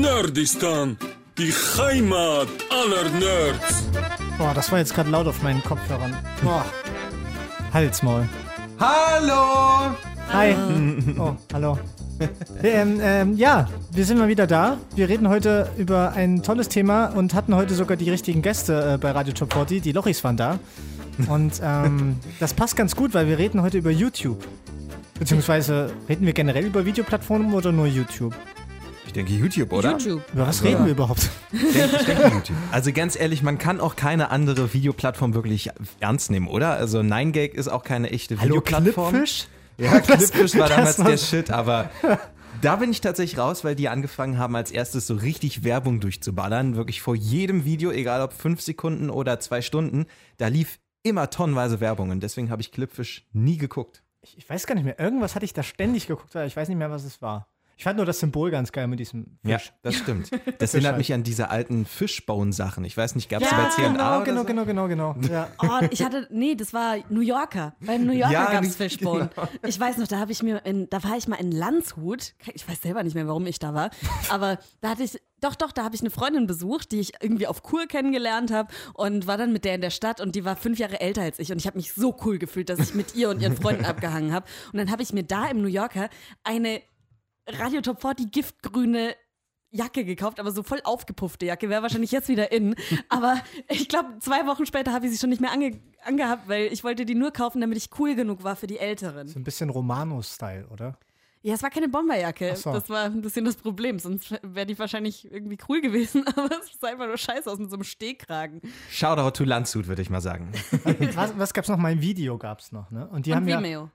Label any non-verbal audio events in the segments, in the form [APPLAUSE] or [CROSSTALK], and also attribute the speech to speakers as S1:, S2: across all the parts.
S1: Nerdistan, die Heimat aller Nerds.
S2: Boah, das war jetzt gerade laut auf meinen Kopfhörern. Boah. Halsmaul.
S3: Hallo!
S2: Hi. Oh, hallo. ähm, ähm, ja, wir sind mal wieder da. Wir reden heute über ein tolles Thema und hatten heute sogar die richtigen Gäste äh, bei Radio Top 40. Die Lochis waren da. Und ähm, das passt ganz gut, weil wir reden heute über YouTube. Beziehungsweise reden wir generell über Videoplattformen oder nur YouTube?
S3: Ich denke YouTube, oder?
S4: YouTube.
S2: Über was reden wir überhaupt?
S3: Ich denke, ich denke YouTube. Also ganz ehrlich, man kann auch keine andere Videoplattform wirklich ernst nehmen, oder? Also 9gag ist auch keine echte Videoplattform.
S2: Clipfish?
S3: Ja, Clipfish
S2: [LAUGHS]
S3: war
S2: das
S3: damals
S2: war-
S3: der Shit, aber da bin ich tatsächlich raus, weil die angefangen haben, als erstes so richtig Werbung durchzuballern. Wirklich vor jedem Video, egal ob fünf Sekunden oder zwei Stunden, da lief immer tonnenweise Werbung und deswegen habe ich Clipfish nie geguckt.
S2: Ich, ich weiß gar nicht mehr. Irgendwas hatte ich da ständig geguckt, aber ich weiß nicht mehr, was es war. Ich fand nur das Symbol ganz geil mit diesem Fisch.
S3: Ja, das stimmt.
S2: [LAUGHS]
S3: Das
S2: halt.
S3: erinnert mich an diese alten Fischbone-Sachen. Ich weiß nicht, gab es
S4: Ja,
S3: bei C&A
S2: Genau,
S3: oder
S2: genau,
S3: so?
S2: genau, genau, genau.
S3: [LAUGHS]
S2: Ja.
S4: Oh, ich hatte, nee, das war New Yorker. Bei New Yorker
S3: Ja,
S4: gab es
S3: nicht- [LAUGHS] genau.
S4: Fishbowl. Ich weiß noch, da habe ich mir, in, da war ich mal in Landshut. Ich weiß selber nicht mehr, warum ich da war. Aber da hatte ich, doch, doch, da habe ich eine Freundin besucht, die ich irgendwie auf Kur kennengelernt habe und war dann mit der in der Stadt und die war fünf Jahre älter als ich und ich habe mich so cool gefühlt, dass ich mit ihr und ihren Freunden [LAUGHS] abgehangen habe. Und dann habe ich mir da im New Yorker eine Radio Top 40 giftgrüne Jacke gekauft, aber so voll aufgepuffte Jacke, wäre wahrscheinlich jetzt wieder in. Aber ich glaube, zwei Wochen später habe ich sie schon nicht mehr ange angehabt, weil ich wollte die nur kaufen, damit ich cool genug war für die Älteren.
S2: So ein bisschen Romano-Style,
S3: [LAUGHS]
S2: oder?
S4: Ja, es war keine Bomberjacke.
S2: Ach so.
S4: Das war ein bisschen das Problem. Sonst wäre die wahrscheinlich irgendwie cool gewesen, [LAUGHS] aber es sah einfach nur scheiße aus mit so einem Stehkragen.
S3: Shoutout to Landshut, würde ich mal sagen.
S2: Was, was gab's noch? Mein Video gab's noch, ne? Und die
S4: Und
S2: haben ja
S4: Vimeo.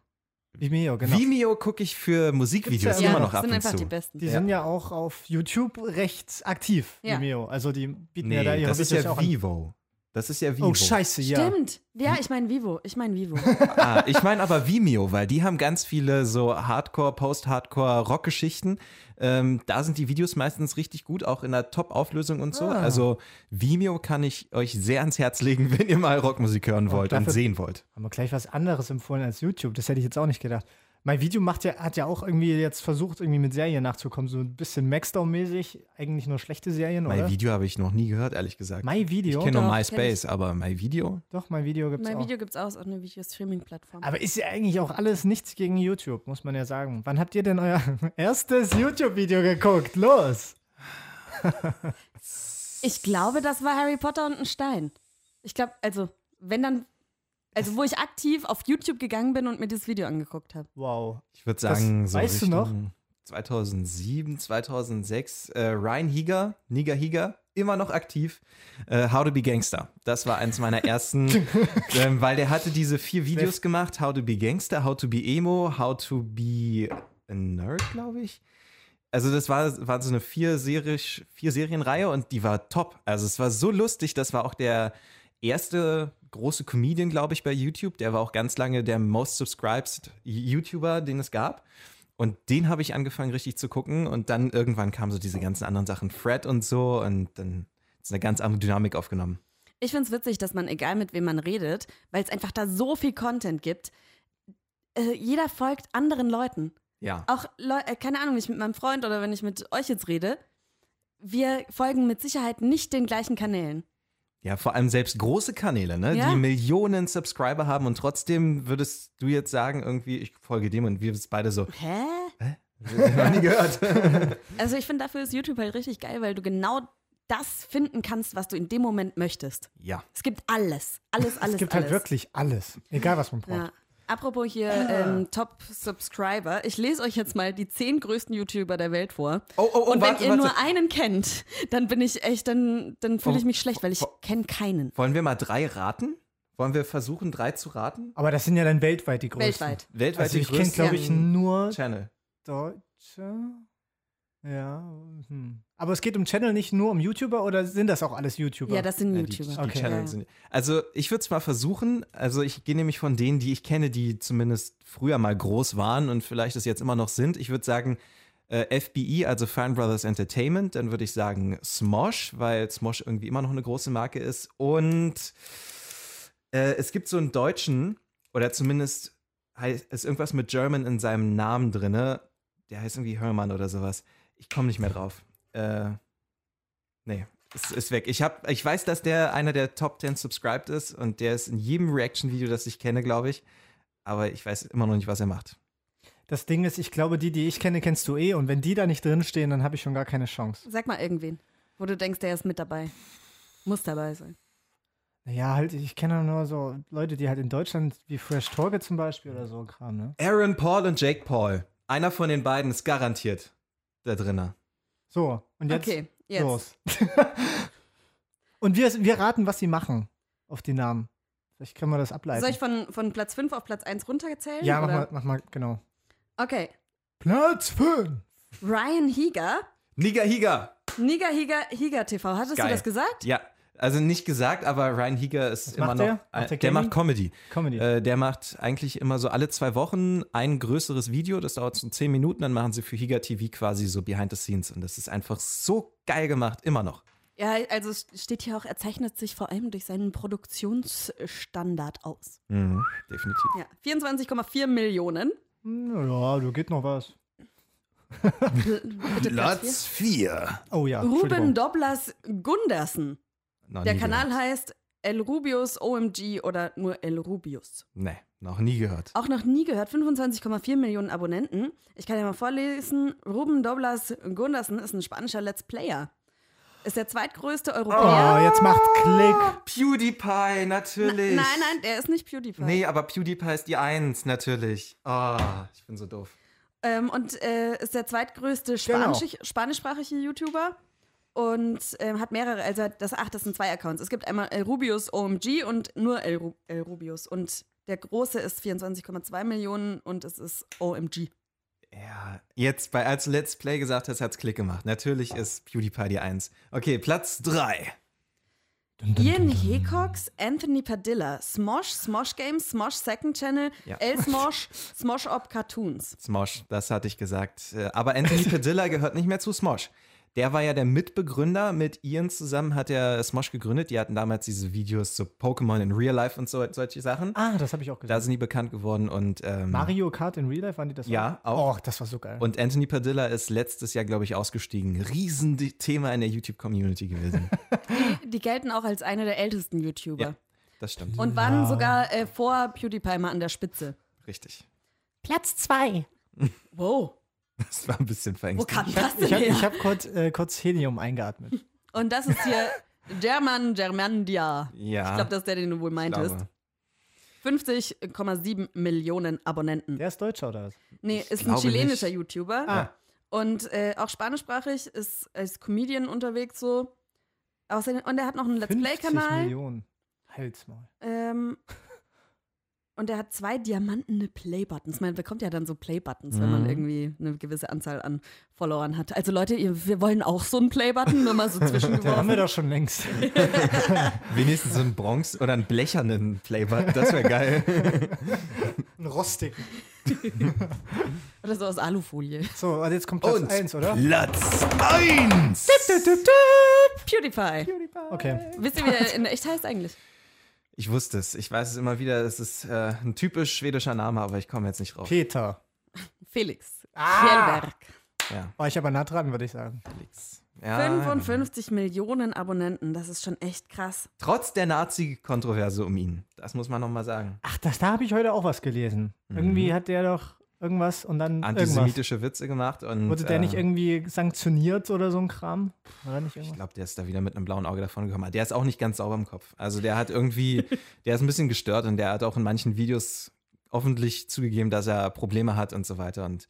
S2: Vimeo, genau.
S3: Vimeo gucke ich für Musikvideos
S2: Gibt's ja
S3: immer
S2: immer
S3: noch ab
S4: sind
S3: und
S4: einfach
S3: zu.
S4: die besten.
S2: Die sind ja auch auf YouTube recht aktiv,
S4: Ja.
S2: Vimeo. Also die bieten
S3: Nee,
S2: ja da ihre
S3: das ist
S2: Videos
S3: ja
S2: auch an.
S3: Vivo. Das ist ja Vivo.
S2: Oh, scheiße, ja.
S4: Stimmt. Ja, ich meine Vivo. Ich meine Vivo.
S3: Ah, ich meine aber Vimeo, weil die haben ganz viele so Hardcore, Post-Hardcore Rock-Geschichten. Ähm, da sind die Videos meistens richtig gut, auch in der Top-Auflösung und so. Also Vimeo kann ich euch sehr ans Herz legen, [LAUGHS] wenn ihr mal Rockmusik hören wollt und
S2: dafür-
S3: sehen wollt.
S2: Haben wir gleich was anderes empfohlen als YouTube. Das hätte ich jetzt auch nicht gedacht. Mein Video macht ja, hat ja auch irgendwie jetzt versucht, irgendwie mit Serien nachzukommen. So ein bisschen Maxdown-mäßig. Eigentlich nur schlechte Serien,
S3: My
S2: oder?
S3: Video habe ich noch nie gehört, ehrlich gesagt.
S2: My Video?
S3: ich kenne nur
S4: Doch, kenn
S3: MySpace, aber My Video?
S2: Doch, mein Video gibt's
S4: mein
S2: auch.
S4: Video gibt es auch auf einer Videostreaming-Plattform.
S2: Aber ist ja eigentlich auch alles nichts gegen YouTube, muss man ja sagen. Wann habt ihr denn euer [LAUGHS] erstes YouTube-Video geguckt? Los!
S4: Ich glaube, das war Harry Potter und ein Stein. Ich glaube, also, wenn dann. Also, wo ich aktiv auf YouTube gegangen bin und mir das Video angeguckt habe.
S2: Wow.
S3: Ich würde sagen, so
S2: weißt du
S3: Richtung
S2: noch?
S3: 2007, 2006, äh, Ryan Higa, Niga Higa, immer noch aktiv, äh, How to be Gangster. Das war eins
S2: [LAUGHS]
S3: meiner ersten, ähm, weil der hatte diese vier Videos gemacht, How to be Gangster, How to be Emo, How to be a Nerd, glaube ich. Also das war, war so eine vier, Serisch, vier Serienreihe und die war top. Also es war so lustig, das war auch der erste große Comedian, glaube ich, bei YouTube. Der war auch ganz lange der most subscribed YouTuber, den es gab. Und den habe ich angefangen richtig zu gucken und dann irgendwann kamen so diese ganzen anderen Sachen, Fred und so und dann ist eine ganz andere Dynamik aufgenommen.
S4: Ich finde es witzig, dass man, egal mit wem man redet, weil es einfach da so viel Content gibt, äh, jeder folgt anderen Leuten.
S3: Ja.
S4: Auch, Leu äh, keine Ahnung, wenn ich mit meinem Freund oder wenn ich mit euch jetzt rede, wir folgen mit Sicherheit nicht den gleichen Kanälen.
S3: Ja, vor allem selbst große Kanäle, ne,
S4: Ja.
S3: die Millionen Subscriber haben und trotzdem würdest du jetzt sagen, irgendwie, ich folge dem und wir sind beide so,
S4: Hä?
S3: noch nie gehört.
S4: [LAUGHS] Also, ich finde, dafür ist YouTube halt richtig geil, weil du genau das finden kannst, was du in dem Moment möchtest.
S3: Ja.
S4: Es gibt alles. Alles, alles,
S2: es gibt
S4: alles.
S2: halt wirklich alles. Egal, was man braucht.
S4: Ja. Apropos hier
S3: Ah.
S4: ähm, Top-Subscriber, ich lese euch jetzt mal die zehn größten YouTuber der Welt vor.
S3: Oh, oh, oh,
S4: Und
S3: warte,
S4: wenn
S3: warte.
S4: ihr nur einen kennt, dann bin ich echt, dann, dann fühle
S3: Oh,
S4: ich mich schlecht, weil ich
S3: oh.
S4: kenne keinen.
S3: Wollen wir mal drei raten? Wollen wir versuchen, drei zu raten?
S2: Aber das sind ja dann weltweit die größten.
S4: Weltweit.
S3: Weltweit
S2: Also
S3: die
S2: ich kenne,
S3: größten
S2: glaube ich, nur
S3: Channel.
S2: Deutsche. Ja. Hm. Aber es geht um Channel, nicht nur um YouTuber oder sind das auch alles YouTuber?
S4: Ja, das sind
S3: Ja, Äh, Die, die
S4: YouTuber.
S2: Okay.
S3: Channel
S4: Ja.
S3: sind, also ich würde es mal versuchen. Also ich gehe nämlich von denen, die ich kenne, die zumindest früher mal groß waren und vielleicht es jetzt immer noch sind. Ich würde sagen äh, FBI, also Fine Brothers Entertainment. Dann würde ich sagen Smosh, weil Smosh irgendwie immer noch eine große Marke ist. Und äh, es gibt so einen deutschen, oder zumindest heißt, ist irgendwas mit German in seinem Namen drinne. Der heißt irgendwie Hermann oder sowas. Ich komme nicht mehr drauf. Äh, Äh, nee, es ist weg. Ich, hab, ich weiß, dass der einer der Top 10 subscribed ist und der ist in jedem Reaction-Video, das ich kenne, glaube ich. Aber ich weiß immer noch nicht, was er macht.
S2: Das Ding ist, ich glaube, die, die ich kenne, kennst du eh. Und wenn die da nicht drinstehen, dann habe ich schon gar keine Chance.
S4: Sag mal irgendwen, wo du denkst, der ist mit dabei. Muss dabei sein.
S2: Ja, halt, ich kenne nur so Leute, die halt in Deutschland, wie Fresh Torge zum Beispiel oder so Kram, ne?
S3: Aaron Paul und Jake Paul. Einer von den beiden ist garantiert da drinne.
S2: So, und jetzt
S4: Okay, jetzt.
S2: los. [LAUGHS] und wir, wir raten, was sie machen auf die Namen. Vielleicht können wir das ableiten.
S4: Soll ich von, von Platz 5 auf Platz 1 runterzählen?
S2: ja, mach
S4: oder?
S2: mal, mach mal, genau.
S4: Okay.
S2: Platz 5!
S4: Ryan Higa,
S3: Niga Higa.
S4: Niga Higa, Higa TV. Hattest
S3: Geil.
S4: du das gesagt?
S3: Ja, also nicht gesagt, aber Ryan Higa ist
S2: Was
S3: immer
S2: macht
S3: noch.
S2: der?
S3: äh,
S2: Macht der
S3: der
S2: Gaming?
S3: macht Comedy.
S2: Comedy.
S3: Äh, der macht eigentlich immer so alle zwei Wochen ein größeres Video, das dauert so zehn Minuten, dann machen sie für Higa TV quasi so behind the scenes. Und das ist einfach so geil gemacht, immer noch.
S4: Ja, also es steht hier auch, er zeichnet sich vor allem durch seinen Produktionsstandard aus.
S3: Mhm, definitiv.
S4: Ja, 24,4 Millionen.
S2: Hm, ja, da geht noch was.
S4: Bitte Platz vier.
S3: 4.
S2: Oh ja,
S4: Ruben
S2: Entschuldigung. Ah,
S4: Doblas Gundersen.
S3: Noch
S4: Der
S3: nie
S4: Kanal
S3: Gehört.
S4: heißt El Rubius OMG oder nur El Rubius.
S3: Nee, noch nie gehört.
S4: Auch noch nie gehört, 25,4 Millionen Abonnenten. Ich kann ja mal vorlesen, Ruben Doblas Gundersen ist ein spanischer Let's Player. Ist der zweitgrößte Europäer.
S2: Oh, jetzt macht Klick.
S3: PewDiePie,
S4: nein,
S3: natürlich.
S4: nein, der ist nicht PewDiePie.
S3: Nee, aber PewDiePie ist die Eins, natürlich. Ah, ich bin so doof.
S4: Ähm, und äh, ist der zweitgrößte Spanisch spanischsprachige YouTuber und ähm, hat mehrere, also hat das, ach, das sind zwei Accounts. Es gibt einmal El Rubius OMG und nur El, Ru El Rubius. Und der große ist 24,2 Millionen und es ist OMG.
S3: Ja, jetzt, bei, als du Let's Play gesagt hast, hat's Klick gemacht. Natürlich ist PewDiePie die Eins. Okay, Platz 3.
S4: Ian Hecox, Anthony Padilla, Smosh, Smosh Games, Smosh Second Channel,
S3: Ja.
S4: El Smosh, Smosh Op Cartoons.
S3: Smosh, das hatte ich gesagt. Äh, Aber [LAUGHS] Anthony Padilla gehört nicht mehr zu Smosh. Der war ja der Mitbegründer. Mit Ian zusammen hat er Smosh gegründet. Die hatten damals diese Videos zu Pokémon in Real Life und so, solche Sachen.
S2: Ah, das habe ich auch gesehen.
S3: Da sind die bekannt geworden und ähm,
S2: Mario Kart in Real Life, waren die das
S3: Ja,
S2: auch?
S3: auch.
S2: Och, das war so geil.
S3: Und Anthony Padilla ist letztes Jahr, glaube ich, ausgestiegen. Riesenthema in der YouTube-Community
S4: [LAUGHS]
S3: gewesen.
S4: Die gelten auch als eine der ältesten YouTuber.
S3: Ja. Das stimmt.
S4: Und waren sogar äh, vor PewDiePie mal an der Spitze.
S3: Richtig.
S5: Platz zwei.
S4: Wow.
S3: Das war ein bisschen
S4: Wo
S3: verängstigend.
S4: kam das denn [LAUGHS]
S2: ich habe
S4: her?
S2: hab kurz, äh, kurz Helium eingeatmet.
S4: Und das ist hier German Germandia.
S3: Ja.
S4: Ich glaube, das ist der, den du wohl
S3: Ah.
S4: meintest.
S3: glaube.
S4: 50,7 Millionen Abonnenten.
S2: Der ist Deutscher oder was?
S4: nee, ist ein
S3: glaube
S4: chilenischer
S3: nicht.
S4: YouTuber.
S3: Ah.
S4: Und äh, auch spanischsprachig, ist als Comedian unterwegs so. Außerdem, und er hat noch einen Let's
S2: 50
S4: Play-Kanal.
S2: Millionen. Halt's mal. [LAUGHS]
S4: Ähm, und er hat zwei diamantene Play-Buttons. Man bekommt ja dann so Play-Buttons, wenn
S3: Mhm.
S4: man irgendwie eine gewisse Anzahl an Followern hat. Also Leute, ihr, wir wollen auch so einen Play-Button,
S3: [LAUGHS]
S4: nur mal so
S2: Den haben wir
S4: zwischengeworfen.
S2: doch schon längst.
S3: Wenigstens so ein Bronze- oder ein blechernen Flavor. Das wäre geil.
S2: Ein rostigen.
S4: Oder so aus Alufolie. [LAUGHS]
S2: So, also jetzt kommt [LAUGHS] Platz 1, oder?
S3: Platz 1.
S4: PewDiePie.
S2: Okay.
S4: Wisst ihr, wie er in echt heißt eigentlich?
S3: Ich wusste es. Ich weiß es immer wieder. Es ist äh, ein typisch schwedischer Name, aber ich komme jetzt nicht drauf.
S2: Peter.
S4: Felix.
S2: Ah.
S4: Fjellberg.
S3: Ja,
S2: War Ah, ich aber nah dran, würde ich sagen.
S3: Felix. Ah, Ja.
S4: 55 Millionen Abonnenten, das ist schon echt krass.
S3: Trotz der Nazi-Kontroverse um ihn. Das muss man nochmal sagen.
S2: Ach, das, da habe ich heute auch was gelesen. Irgendwie hat der doch irgendwas und dann irgendwas.
S3: Antisemitische Witze gemacht und.
S2: Wurde der
S3: äh,
S2: nicht irgendwie sanktioniert oder so ein Kram? Oder nicht
S3: Ich
S2: irgendwas?
S3: glaube, der ist da wieder mit einem blauen Auge davon gekommen. Aber Der ist auch nicht ganz sauber im Kopf. Also der
S2: [LAUGHS]
S3: hat irgendwie, der ist ein bisschen gestört und der hat auch in manchen Videos offentlich zugegeben, dass er Probleme hat und so weiter. Und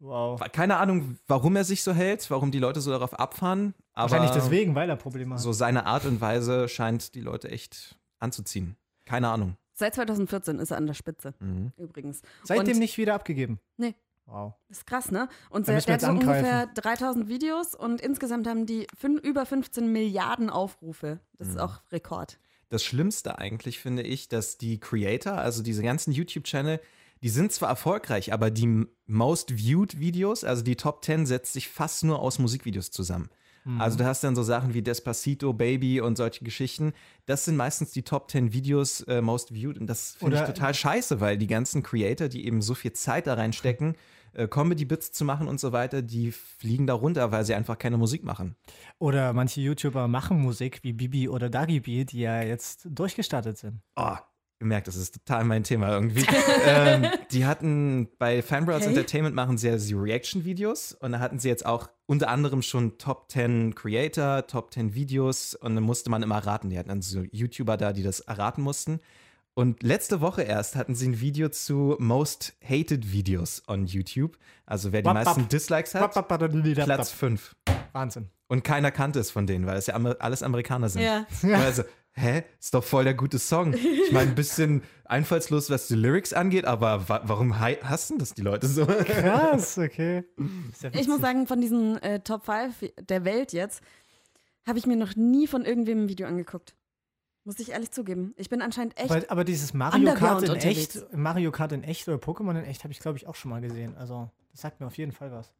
S2: Wow.
S3: keine Ahnung, warum er sich so hält, warum die Leute so darauf abfahren. Aber
S2: Wahrscheinlich deswegen, weil er Probleme hat.
S3: So seine Art und Weise scheint die Leute echt anzuziehen. Keine Ahnung.
S4: Seit 2014 ist er an der Spitze,
S3: Mhm.
S4: übrigens.
S2: Seitdem
S4: und,
S2: nicht wieder abgegeben.
S4: Nee.
S2: Wow.
S4: Das ist krass, ne? Und
S2: Da
S4: der,
S2: müssen
S4: der
S2: wir
S4: hat so
S2: jetzt
S4: ungefähr
S2: angreifen.
S4: 3000 Videos und insgesamt haben die fün- über 15 Milliarden Aufrufe. Das
S2: Mhm.
S4: ist auch Rekord.
S3: Das Schlimmste eigentlich finde ich, dass die Creator, also diese ganzen YouTube-Channel, die sind zwar erfolgreich, aber die m- most viewed Videos, also die Top 10 setzt sich fast nur aus Musikvideos zusammen. Also du hast dann so Sachen wie Despacito, Baby und solche Geschichten. Das sind meistens die Top 10 Videos äh, most viewed und das finde ich
S2: Oder-
S3: total scheiße, weil die ganzen Creator, die eben so viel Zeit da reinstecken, äh, Comedy-Bits zu machen und so weiter, die fliegen da runter, weil sie einfach keine Musik machen.
S2: Oder manche YouTuber machen Musik wie Bibi oder Dagibi, die ja jetzt durchgestartet sind.
S3: Oh, ihr merkt, das ist total mein Thema
S2: [LAUGHS]
S3: irgendwie. ähm, die hatten bei Fanbrowse
S4: Okay.
S3: Entertainment machen sie ja die Reaction-Videos und da hatten sie jetzt auch unter anderem schon Top 10 Creator, Top 10 Videos und dann musste man immer raten. Die hatten dann so YouTuber da, die das erraten mussten. Und letzte Woche erst hatten sie ein Video zu Most Hated Videos on YouTube. Also wer die
S2: Wap, wap.
S3: meisten Dislikes hat, Platz 5.
S2: Wahnsinn.
S3: Und keiner kannte es von denen, weil es ja Amer alles Amerikaner sind.
S4: Ja.
S3: Und Also, hä? Ist doch voll der gute Song. Ich meine, ein bisschen einfallslos, was die Lyrics angeht, aber wa warum hi- hassen das die Leute so?
S2: Krass, okay. Ist ja
S4: Ich muss sagen, von diesen äh, Top 5 der Welt jetzt habe ich mir noch nie von irgendwem ein Video angeguckt. Muss ich ehrlich zugeben. Ich bin anscheinend echt.
S2: Aber, aber dieses Mario Kart in
S4: Underground
S2: echt,
S4: unterwegs.
S2: Mario Kart in echt oder Pokémon in echt habe ich, glaube ich, auch schon mal gesehen. Also, das sagt mir auf jeden Fall was.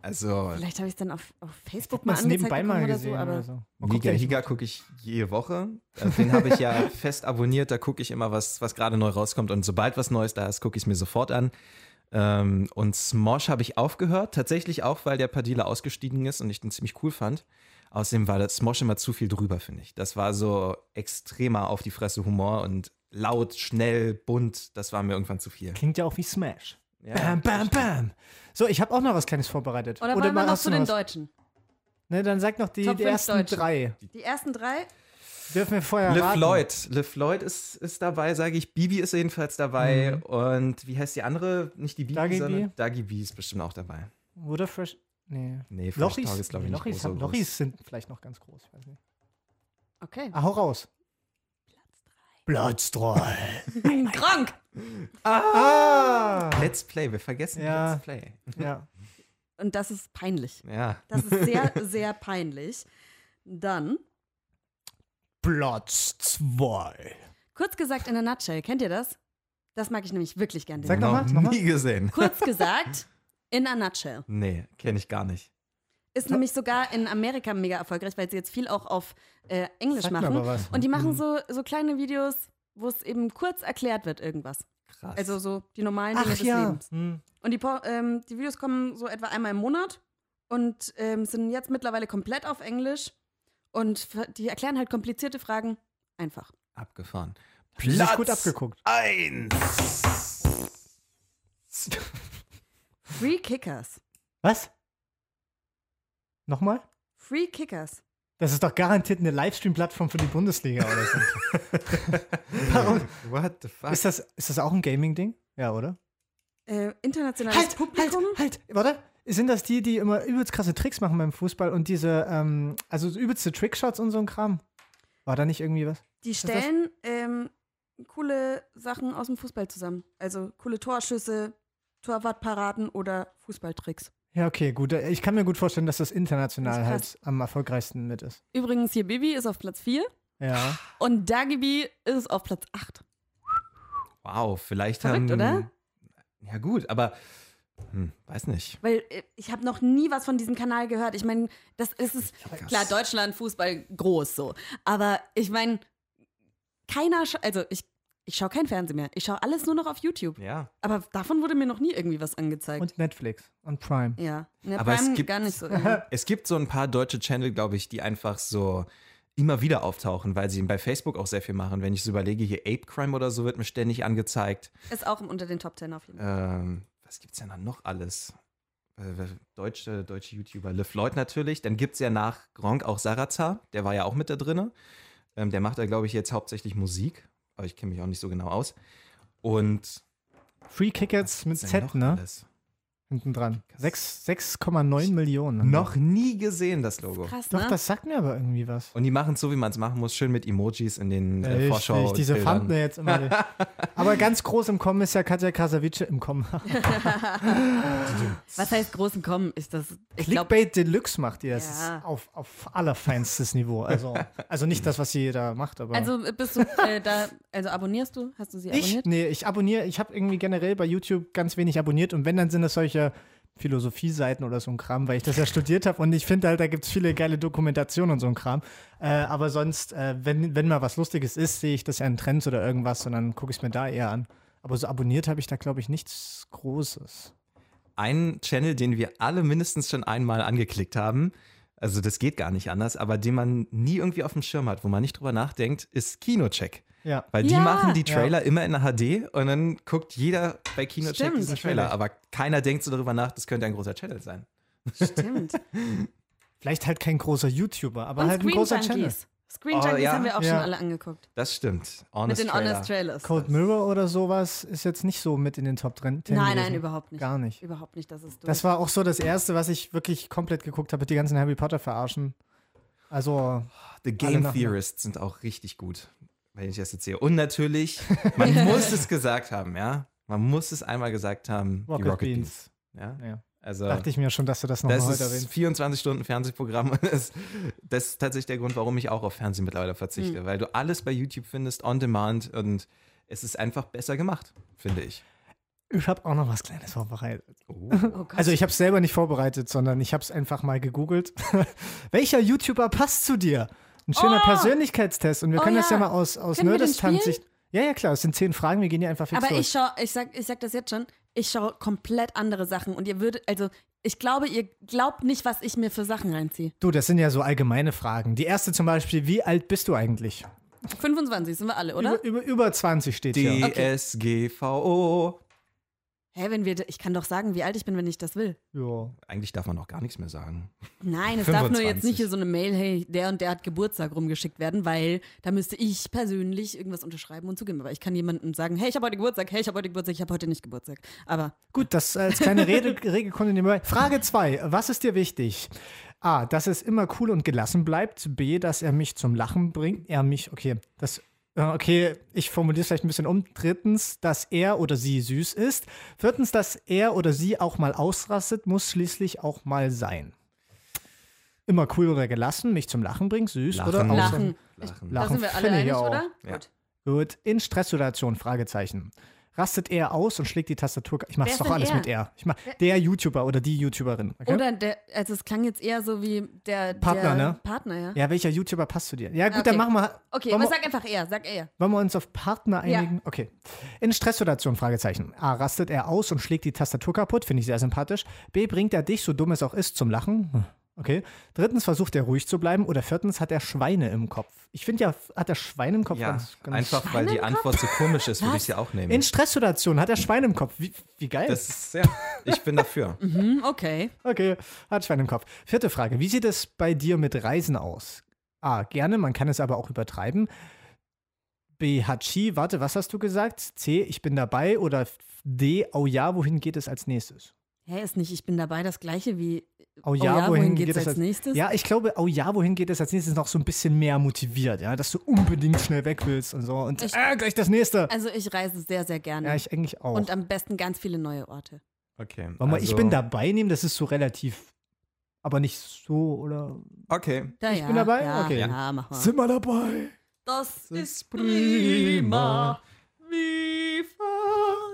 S3: Also,
S4: vielleicht habe ich es dann auf, auf Facebook
S2: Man
S4: mal
S2: es
S4: angezeigt
S2: nebenbei
S4: bekommen
S2: mal
S4: oder
S2: gesehen
S4: so, aber
S2: oder so. Man guckt
S3: Niga
S2: ja nicht-
S3: Higa gucke ich jede Woche. Also, den habe
S2: [LAUGHS]
S3: ich ja fest abonniert. Da gucke ich immer, was, was gerade neu rauskommt. Und sobald was Neues da ist, gucke ich es mir sofort an. Ähm, und Smosh habe ich aufgehört. Tatsächlich auch, weil der Padilla ausgestiegen ist und ich den ziemlich cool fand. Außerdem war das Smosh immer zu viel drüber, finde ich. Das war so extremer auf die Fresse Humor und laut, schnell, bunt. Das war mir irgendwann zu viel.
S2: Klingt ja auch wie Smash.
S3: Ja,
S2: Bam, bam, bam. So, ich habe auch noch was Kleines vorbereitet.
S4: Oder wollen wir noch
S2: hast
S4: zu
S2: du
S4: den
S2: was?
S4: Deutschen?
S2: Ne, dann sag noch die,
S4: Top
S2: die
S4: fünf
S2: ersten
S4: Deutschen.
S2: drei.
S4: Die ersten drei?
S2: Dürfen wir vorher
S3: Liv
S2: raten.
S3: Lloyd. Liv Lloyd ist, ist dabei, sage ich. Bibi ist jedenfalls dabei. Und wie heißt die andere? Nicht die Bibi,
S2: Mhm. Dagi
S3: sondern
S2: Bee?
S3: Dagi B ist bestimmt auch dabei.
S2: Oder Fresh. Nee.
S3: Nee, Fresh
S2: Lochis,
S3: Talk ist, glaube ich, nicht
S2: Lochis,
S3: groß, so
S2: haben,
S3: groß.
S2: Lochis sind vielleicht noch ganz groß. Ich weiß nicht. [LAUGHS]
S4: Okay.
S2: Ah, hau raus. Platz 3.
S4: Krank!
S2: Ah!
S3: Let's Play, wir vergessen
S2: Ja.
S3: Let's Play.
S2: Ja.
S4: Und das ist peinlich.
S3: Ja.
S4: Das
S2: [LAUGHS]
S4: ist sehr, sehr peinlich. Dann,
S2: Platz 2.
S4: kurz gesagt in der Nutshell, kennt ihr das? Das mag ich nämlich wirklich gerne.
S2: Sag nochmal, nochmal.
S3: nie gesehen.
S4: Kurz
S2: [LAUGHS]
S4: gesagt, in a Nutshell.
S3: Nee, kenne ich gar nicht.
S4: Ist nämlich sogar in Amerika mega erfolgreich, weil sie jetzt viel auch auf äh, Englisch
S2: Sag mir
S4: machen.
S2: aber was. Mhm.
S4: Und die machen so, so kleine Videos, wo es eben kurz erklärt wird, irgendwas.
S3: Krass.
S4: Also so die normalen Dinge
S2: Ach
S4: des
S2: ja.
S4: Lebens.
S2: Hm.
S4: Und die, Po- ähm, die Videos kommen so etwa einmal im Monat und ähm, sind jetzt mittlerweile komplett auf Englisch. Und ver- die erklären halt komplizierte Fragen einfach.
S3: Abgefahren.
S2: Platz sich gut abgeguckt.
S3: Eins.
S4: Free Kickers.
S2: Was? Nochmal?
S4: Free Kickers.
S2: Das ist doch garantiert eine Livestream-Plattform für die Bundesliga [LAUGHS] oder so. [LAUGHS] Warum?
S3: [LAUGHS] What the fuck?
S2: Ist das, ist das auch ein Gaming-Ding? Ja, oder?
S4: Äh, internationales
S2: Halt,
S4: Publikum.
S2: halt, halt, warte. Sind das die, die immer übelst krasse Tricks machen beim Fußball und diese, ähm, also so übelste Trickshots und so ein Kram? War da nicht irgendwie was?
S4: Die
S2: das-
S4: stellen ähm, coole Sachen aus dem Fußball zusammen. Also coole Torschüsse, Torwartparaden oder Fußballtricks.
S2: Ja, okay, gut. Ich kann mir gut vorstellen, dass das international
S4: Das
S2: halt am erfolgreichsten mit ist.
S4: Übrigens hier Bibi ist auf Platz 4
S2: Ja.
S4: und Dagibi ist auf Platz 8.
S3: Wow, vielleicht
S4: Verrückt,
S3: haben.
S4: oder?
S3: Ja, gut, aber. Hm, weiß nicht.
S4: Weil äh, ich habe noch nie was von diesem Kanal gehört. Ich meine, das ist es. Klar, Deutschland, Fußball, groß so. Aber ich meine, keiner, scha- also ich, ich schaue kein Fernsehen mehr. Ich schaue alles nur noch auf YouTube.
S3: Ja.
S4: Aber davon wurde mir noch nie irgendwie was angezeigt.
S2: Und Netflix und Prime.
S4: ja, ja
S3: Aber es
S4: Prime
S3: gibt-
S4: gar nicht
S2: [LAUGHS]
S4: so. irgendwie.
S3: Es gibt so ein paar deutsche Channel, glaube ich, die einfach so immer wieder auftauchen, weil sie bei Facebook auch sehr viel machen. Wenn ich so überlege, hier Ape Crime oder so wird mir ständig angezeigt.
S4: Ist auch unter den Top Ten auf jeden Fall.
S3: Ähm, was gibt's denn da noch alles? Äh, wer- Deutsche, deutsche YouTuber, Le Floyd natürlich. Dann gibt's ja nach Gronk auch Sarazar, der war ja auch mit da drinne. Ähm, der macht da, glaube ich, jetzt hauptsächlich Musik, aber ich kenne mich auch nicht so genau aus. Und
S2: Free Kickers mit
S3: was gibt's denn noch
S2: Z, ne?
S3: alles?
S2: Hinten dran. Sechs- 6,9 Millionen.
S3: Noch nie gesehen, das Logo.
S4: Krass,
S2: Doch,
S4: ne?
S2: das sagt mir aber irgendwie was.
S3: Und die machen es so, wie man es machen muss, schön mit Emojis in den äh, Vorschau.
S2: diese
S3: Bildern.
S4: ne?
S2: Thumbnails immer.
S4: [LAUGHS]
S2: aber ganz groß im Kommen ist ja Katja Krasavice im Kommen.
S4: Was heißt großen Kommen? Ist das. Ich glaube,
S2: Clickbait Deluxe macht ihr. Das
S4: Ja.
S2: ist auf, auf allerfeinstes Niveau. Also, also nicht das, was sie da macht, aber.
S4: also bist du äh, da, also abonnierst du? Hast du sie
S2: ich?
S4: abonniert?
S2: Nee, ich abonniere. Ich habe irgendwie generell bei YouTube ganz wenig abonniert und wenn, dann sind das solche. Philosophie-Seiten oder so ein Kram, weil ich
S4: [LAUGHS]
S2: das ja studiert habe und ich finde halt, da gibt es viele geile Dokumentationen und so ein Kram. Äh, aber sonst, äh, wenn, wenn mal was Lustiges ist, sehe ich das ja in Trends oder irgendwas und dann gucke ich es mir da eher an. Aber so abonniert habe ich da, glaube ich, nichts Großes.
S3: einen Channel, den wir alle mindestens schon einmal angeklickt haben. Also das geht gar nicht anders, aber den man nie irgendwie auf dem Schirm hat, wo man nicht drüber nachdenkt, ist Kinocheck.
S2: Ja.
S3: Weil die
S4: Ja.
S3: machen die
S2: Ja.
S3: Trailer immer in HD und dann guckt jeder bei Kinocheck
S4: Stimmt.
S3: diesen Trailer, aber keiner denkt so darüber nach, das könnte ein großer Channel sein.
S4: Stimmt.
S2: Vielleicht halt kein großer YouTuber, aber
S4: Und
S2: halt ein
S4: Screen
S2: großer Channel.
S4: Junkies. Screen
S3: Oh,
S4: Junkies
S3: ja.
S4: haben wir auch
S2: Ja.
S4: schon alle angeguckt.
S3: Das stimmt. Honest
S4: Mit den
S3: Trailer.
S4: Honest Trailers.
S2: Cold Mirror oder sowas ist jetzt nicht so mit in den Top 10
S4: Nein, nein,
S2: gewesen.
S4: überhaupt nicht.
S2: Gar nicht.
S4: Überhaupt nicht, das ist durch.
S2: Das war auch so das erste, was ich wirklich komplett geguckt habe, die ganzen Harry Potter verarschen. Also,
S3: The
S2: Alle
S3: Game
S2: nach-
S3: Theorists sind auch richtig gut, wenn ich das jetzt sehe. Und natürlich,
S2: [LAUGHS]
S3: man muss es gesagt haben, ja. Man muss es einmal gesagt haben,
S2: Rocket,
S3: die Rocket Beans.
S2: Beans.
S3: Ja?
S2: Ja.
S3: Also,
S2: Dachte ich mir schon, dass du das nochmal
S3: das
S2: heute
S3: ist
S2: erwähnst.
S3: 24 Stunden Fernsehprogramm. und Das, das ist tatsächlich der Grund, warum ich auch auf Fernsehen mittlerweile verzichte, weil du alles bei YouTube findest, on demand und es ist einfach besser gemacht, finde ich.
S2: Ich habe auch noch was Kleines vorbereitet.
S3: Oh.
S4: oh Gott.
S2: Also ich habe es selber nicht vorbereitet, sondern ich habe es einfach mal gegoogelt. [LAUGHS] Welcher YouTuber passt zu dir? Ein schöner
S4: Oh!
S2: Persönlichkeitstest. Und wir
S4: Oh
S2: können das ja
S4: ja.
S2: mal aus, aus
S4: Können wir den
S2: Nerdistanz-Sicht. Ja, ja, klar, es sind zehn Fragen, wir gehen hier einfach fix
S4: Aber
S2: durch.
S4: ich schaue, ich sag, ich sag das jetzt schon, ich schaue komplett andere Sachen und ihr würdet, also ich glaube, ihr glaubt nicht, was ich mir für Sachen reinziehe.
S2: Du, das sind ja so allgemeine Fragen. Die erste zum Beispiel, wie alt bist du eigentlich?
S4: 25 sind wir alle, oder?
S2: Über, über, über 20 steht hier.
S3: DSGVO.
S4: Hä, wenn wir, ich kann doch sagen, wie alt ich bin, wenn ich das will.
S2: Ja.
S3: Eigentlich darf man auch gar nichts mehr sagen.
S4: Nein, es darf nur
S3: 25.
S4: jetzt nicht hier so eine Mail, hey, der und der hat Geburtstag rumgeschickt werden, weil da müsste ich persönlich irgendwas unterschreiben und zugeben. Aber ich kann jemandem sagen, hey, ich habe heute Geburtstag, hey, ich habe heute Geburtstag, ich habe heute nicht Geburtstag. Aber
S2: Gut, das als kleine
S4: [LAUGHS]
S2: Rede, Regel konnte nehmen wir. Frage 2. Was ist dir wichtig? A, dass es immer cool und gelassen bleibt. B, dass er mich zum Lachen bringt. Er mich, okay, das, äh, okay, ich formuliere es vielleicht ein bisschen um. Drittens, dass er oder sie süß ist. Viertens, dass er oder sie auch mal ausrastet, muss schließlich auch mal sein. Immer cool oder gelassen, mich zum Lachen bringt, süß
S3: Lachen.
S2: oder ausrasten.
S4: Lachen.
S3: Lachen.
S4: da
S2: Lachen
S4: sind wir alle
S2: finde ich
S4: einig,
S2: auch.
S4: oder?
S3: Ja.
S4: Gut.
S2: Gut, in Stresssituationen, Fragezeichen. Rastet er aus und schlägt die Tastatur. Ich
S4: Wer
S2: mach's
S4: ist
S2: doch
S4: denn
S2: alles
S4: er?
S2: mit er. Ich mach der YouTuber oder die YouTuberin. Okay?
S4: Oder der, also es klang jetzt eher so wie der
S2: Partner,
S4: der
S2: ne?
S4: Partner, ja.
S2: ja, welcher YouTuber passt zu dir? Ja, gut,
S4: Ah, Okay.
S2: dann machen wir.
S4: Okay,
S2: wollen,
S4: aber
S2: wir
S4: sag einfach er, sag er.
S2: wollen wir uns auf Partner
S4: Ja.
S2: einigen? Okay. In Stresssituationen, Fragezeichen. A. Rastet er aus und schlägt die Tastatur kaputt, finde ich sehr sympathisch. B. Bringt er dich, so dumm es auch ist, zum Lachen. Hm, Okay. Drittens versucht er ruhig zu bleiben. Oder viertens hat er Schweine im Kopf. Ich finde ja, hat er Schweine im Kopf
S3: Ja,
S2: ganz, ganz
S3: einfach weil die Antwort so komisch ist, würde ich sie auch nehmen.
S2: In Stresssituationen hat er Schweine im Kopf. Wie, wie geil.
S3: Das ist ja, ich
S2: [LAUGHS]
S3: bin dafür.
S4: Hm, okay.
S2: Mhm, Okay, hat Schwein im Kopf. Vierte Frage. Wie sieht es bei dir mit Reisen aus? A. Gerne, man kann es aber auch übertreiben. B. Hachi, warte, was hast du gesagt? C. Ich bin dabei. Oder F- D. Oh ja, wohin geht es als nächstes?
S4: Hä, ist nicht, ich bin dabei das gleiche wie
S2: Oh
S4: ja, wohin geht's als nächstes?
S2: Ja, ich glaube, oh ja, wohin geht es als nächstes noch so ein bisschen mehr motiviert, ja, dass du unbedingt schnell weg willst und so. Und
S4: Ich-
S2: äh, gleich das nächste.
S4: Also ich reise sehr, sehr gerne.
S2: Ja, ich eigentlich auch.
S4: und am besten ganz viele neue Orte.
S3: Okay.
S2: Wollen wir,
S3: also-
S2: ich bin dabei nehmen, das ist so relativ, aber nicht so, oder?
S3: Okay.
S4: Da, ich ja,
S2: bin dabei?
S4: Ja,
S2: Okay.
S4: Ja, mach mal.
S2: wir dabei?
S4: Das ist
S3: prima.
S4: prima. Wie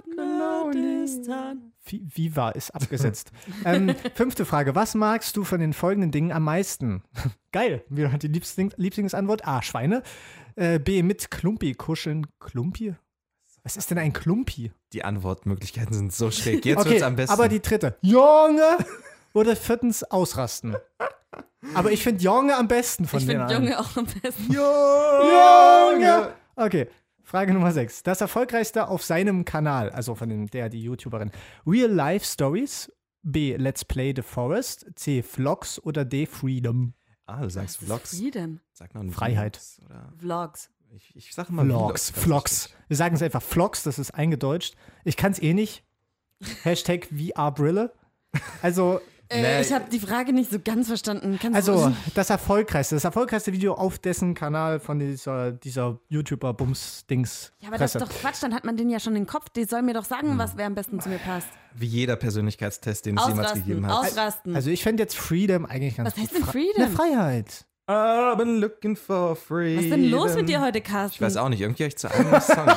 S4: verknalltestern.
S2: Vi- Viva ist
S3: [LAUGHS]
S2: abgesetzt. ähm, fünfte Frage. Was magst du von den folgenden Dingen am meisten? [LAUGHS] Geil. Wieder die Liebsting Lieblingsantwort. A. Schweine. Äh, B. Mit Klumpi kuscheln. Klumpi? Was ist denn ein Klumpi?
S3: Die Antwortmöglichkeiten sind so schräg. Jetzt
S2: okay,
S3: wird's am besten.
S2: aber die dritte. Junge! Oder viertens
S3: [LAUGHS]
S2: ausrasten. Aber ich finde Junge am besten von
S4: Ich
S2: den
S4: finde
S2: allen.
S4: Junge auch am besten.
S2: Junge! Okay, Frage Nummer 6. Das erfolgreichste auf seinem Kanal, also von dem, der, die YouTuberin. Real Life Stories, B. Let's Play The Forest, C. Vlogs oder D. Freedom.
S3: ah, du sagst
S4: Das ist
S3: Vlogs.
S4: Freedom.
S3: Sag mal
S2: Freiheit.
S3: Vlogs Oder
S4: Vlogs.
S3: ich, ich sag immer
S2: Vlogs,
S3: ganz
S2: Vlogs.
S3: wichtig.
S2: Wir sagen es einfach Vlogs, das ist eingedeutscht. Ich kann es eh nicht. Hashtag VR-Brille.
S4: [LAUGHS]
S2: Also,
S4: Äh,
S3: Nee.
S4: Ich habe die Frage nicht so ganz verstanden. Kannst
S2: also
S4: du
S2: das erfolgreichste, das erfolgreichste Video auf dessen Kanal von dieser, dieser YouTuber-Bums-Dings.
S4: ja, aber das ist
S2: Presse.
S4: doch Quatsch, dann hat man den ja schon im Kopf. Die soll mir doch sagen, was wer am besten zu mir passt.
S3: Hm. Wie jeder Persönlichkeitstest, den es jemals
S4: Ausrasten,
S3: gegeben hat.
S4: ausrasten.
S2: Also ich fände jetzt Freedom eigentlich ganz
S4: Was
S2: gut.
S4: heißt denn
S2: Fre-
S4: Freedom?
S2: Na, Freiheit.
S3: I've been looking for free.
S4: was ist denn los mit dir heute, Carsten?
S3: Ich weiß auch nicht, irgendwie hab ich zu einem [LAUGHS] Song.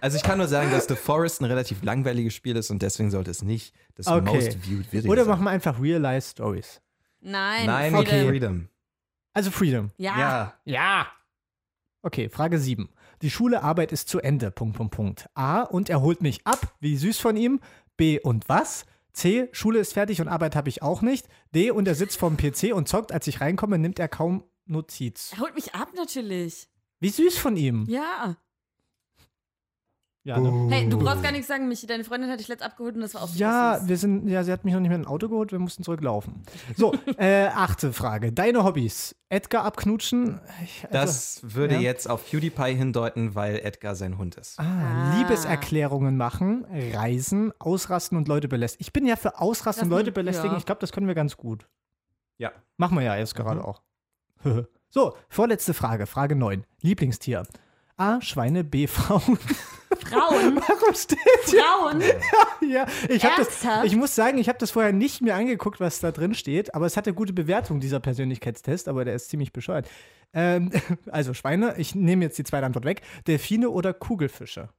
S3: also ich kann nur sagen, dass The Forest ein relativ langweiliges Spiel ist und deswegen sollte es nicht das
S2: Okay.
S3: most viewed Video
S2: Oder
S3: sein.
S2: machen wir einfach Real Life Stories.
S4: Nein,
S3: Nein,
S4: Freedom.
S3: okay. Freedom.
S2: Also Freedom.
S4: Ja.
S3: Ja.
S2: Ja. Okay, Frage 7. Die Schule, Arbeit ist zu Ende. Punkt, Punkt, Punkt. A. Und er holt mich ab. Wie süß von ihm. B. Und was? C. Schule ist fertig und Arbeit habe ich auch nicht. D. Und er sitzt vorm PC und zockt. Als ich reinkomme, nimmt er kaum Notiz.
S4: Er holt mich ab natürlich.
S2: Wie süß von ihm.
S4: Ja.
S2: Ja, ne?
S4: Hey, du
S3: Oh.
S4: brauchst gar nichts sagen, Michi. Deine Freundin hat dich letzt abgeholt und das war auch
S2: ja,
S4: süß.
S2: wir sind, ja, sie hat mich noch nicht mehr in ein Auto geholt, wir mussten zurücklaufen. So, äh, achte Frage. Deine Hobbys. Edgar abknutschen. Ich- also-
S3: Das würde
S2: ja.
S3: jetzt auf PewDiePie hindeuten, weil Edgar sein Hund ist.
S2: Ah,
S4: Ah.
S2: Liebeserklärungen machen, reisen, ausrasten und Leute belästigen. Ich bin ja für ausrasten und
S4: Das-
S2: Leute belästigen.
S4: ja. Mhm.
S2: Ich glaube, das können wir ganz gut.
S3: Ja.
S2: Machen wir ja jetzt gerade auch. [LAUGHS] so, vorletzte Frage, Frage 9. Lieblingstier. A, Schweine, B, [LAUGHS] Frauen.
S3: [LAUGHS]
S4: Frauen,
S2: Warum steht
S4: Frauen.
S2: hier? Ich, hab das,
S4: Ernsthaft?
S2: ich muss sagen, ich habe das vorher nicht mir angeguckt, was da drin steht, aber es hatte gute Bewertung, dieser Persönlichkeitstest, aber der ist ziemlich bescheuert. Ähm, [LAUGHS] also Schweine, ich nehme jetzt die zweite Antwort weg. Delfine oder Kugelfische?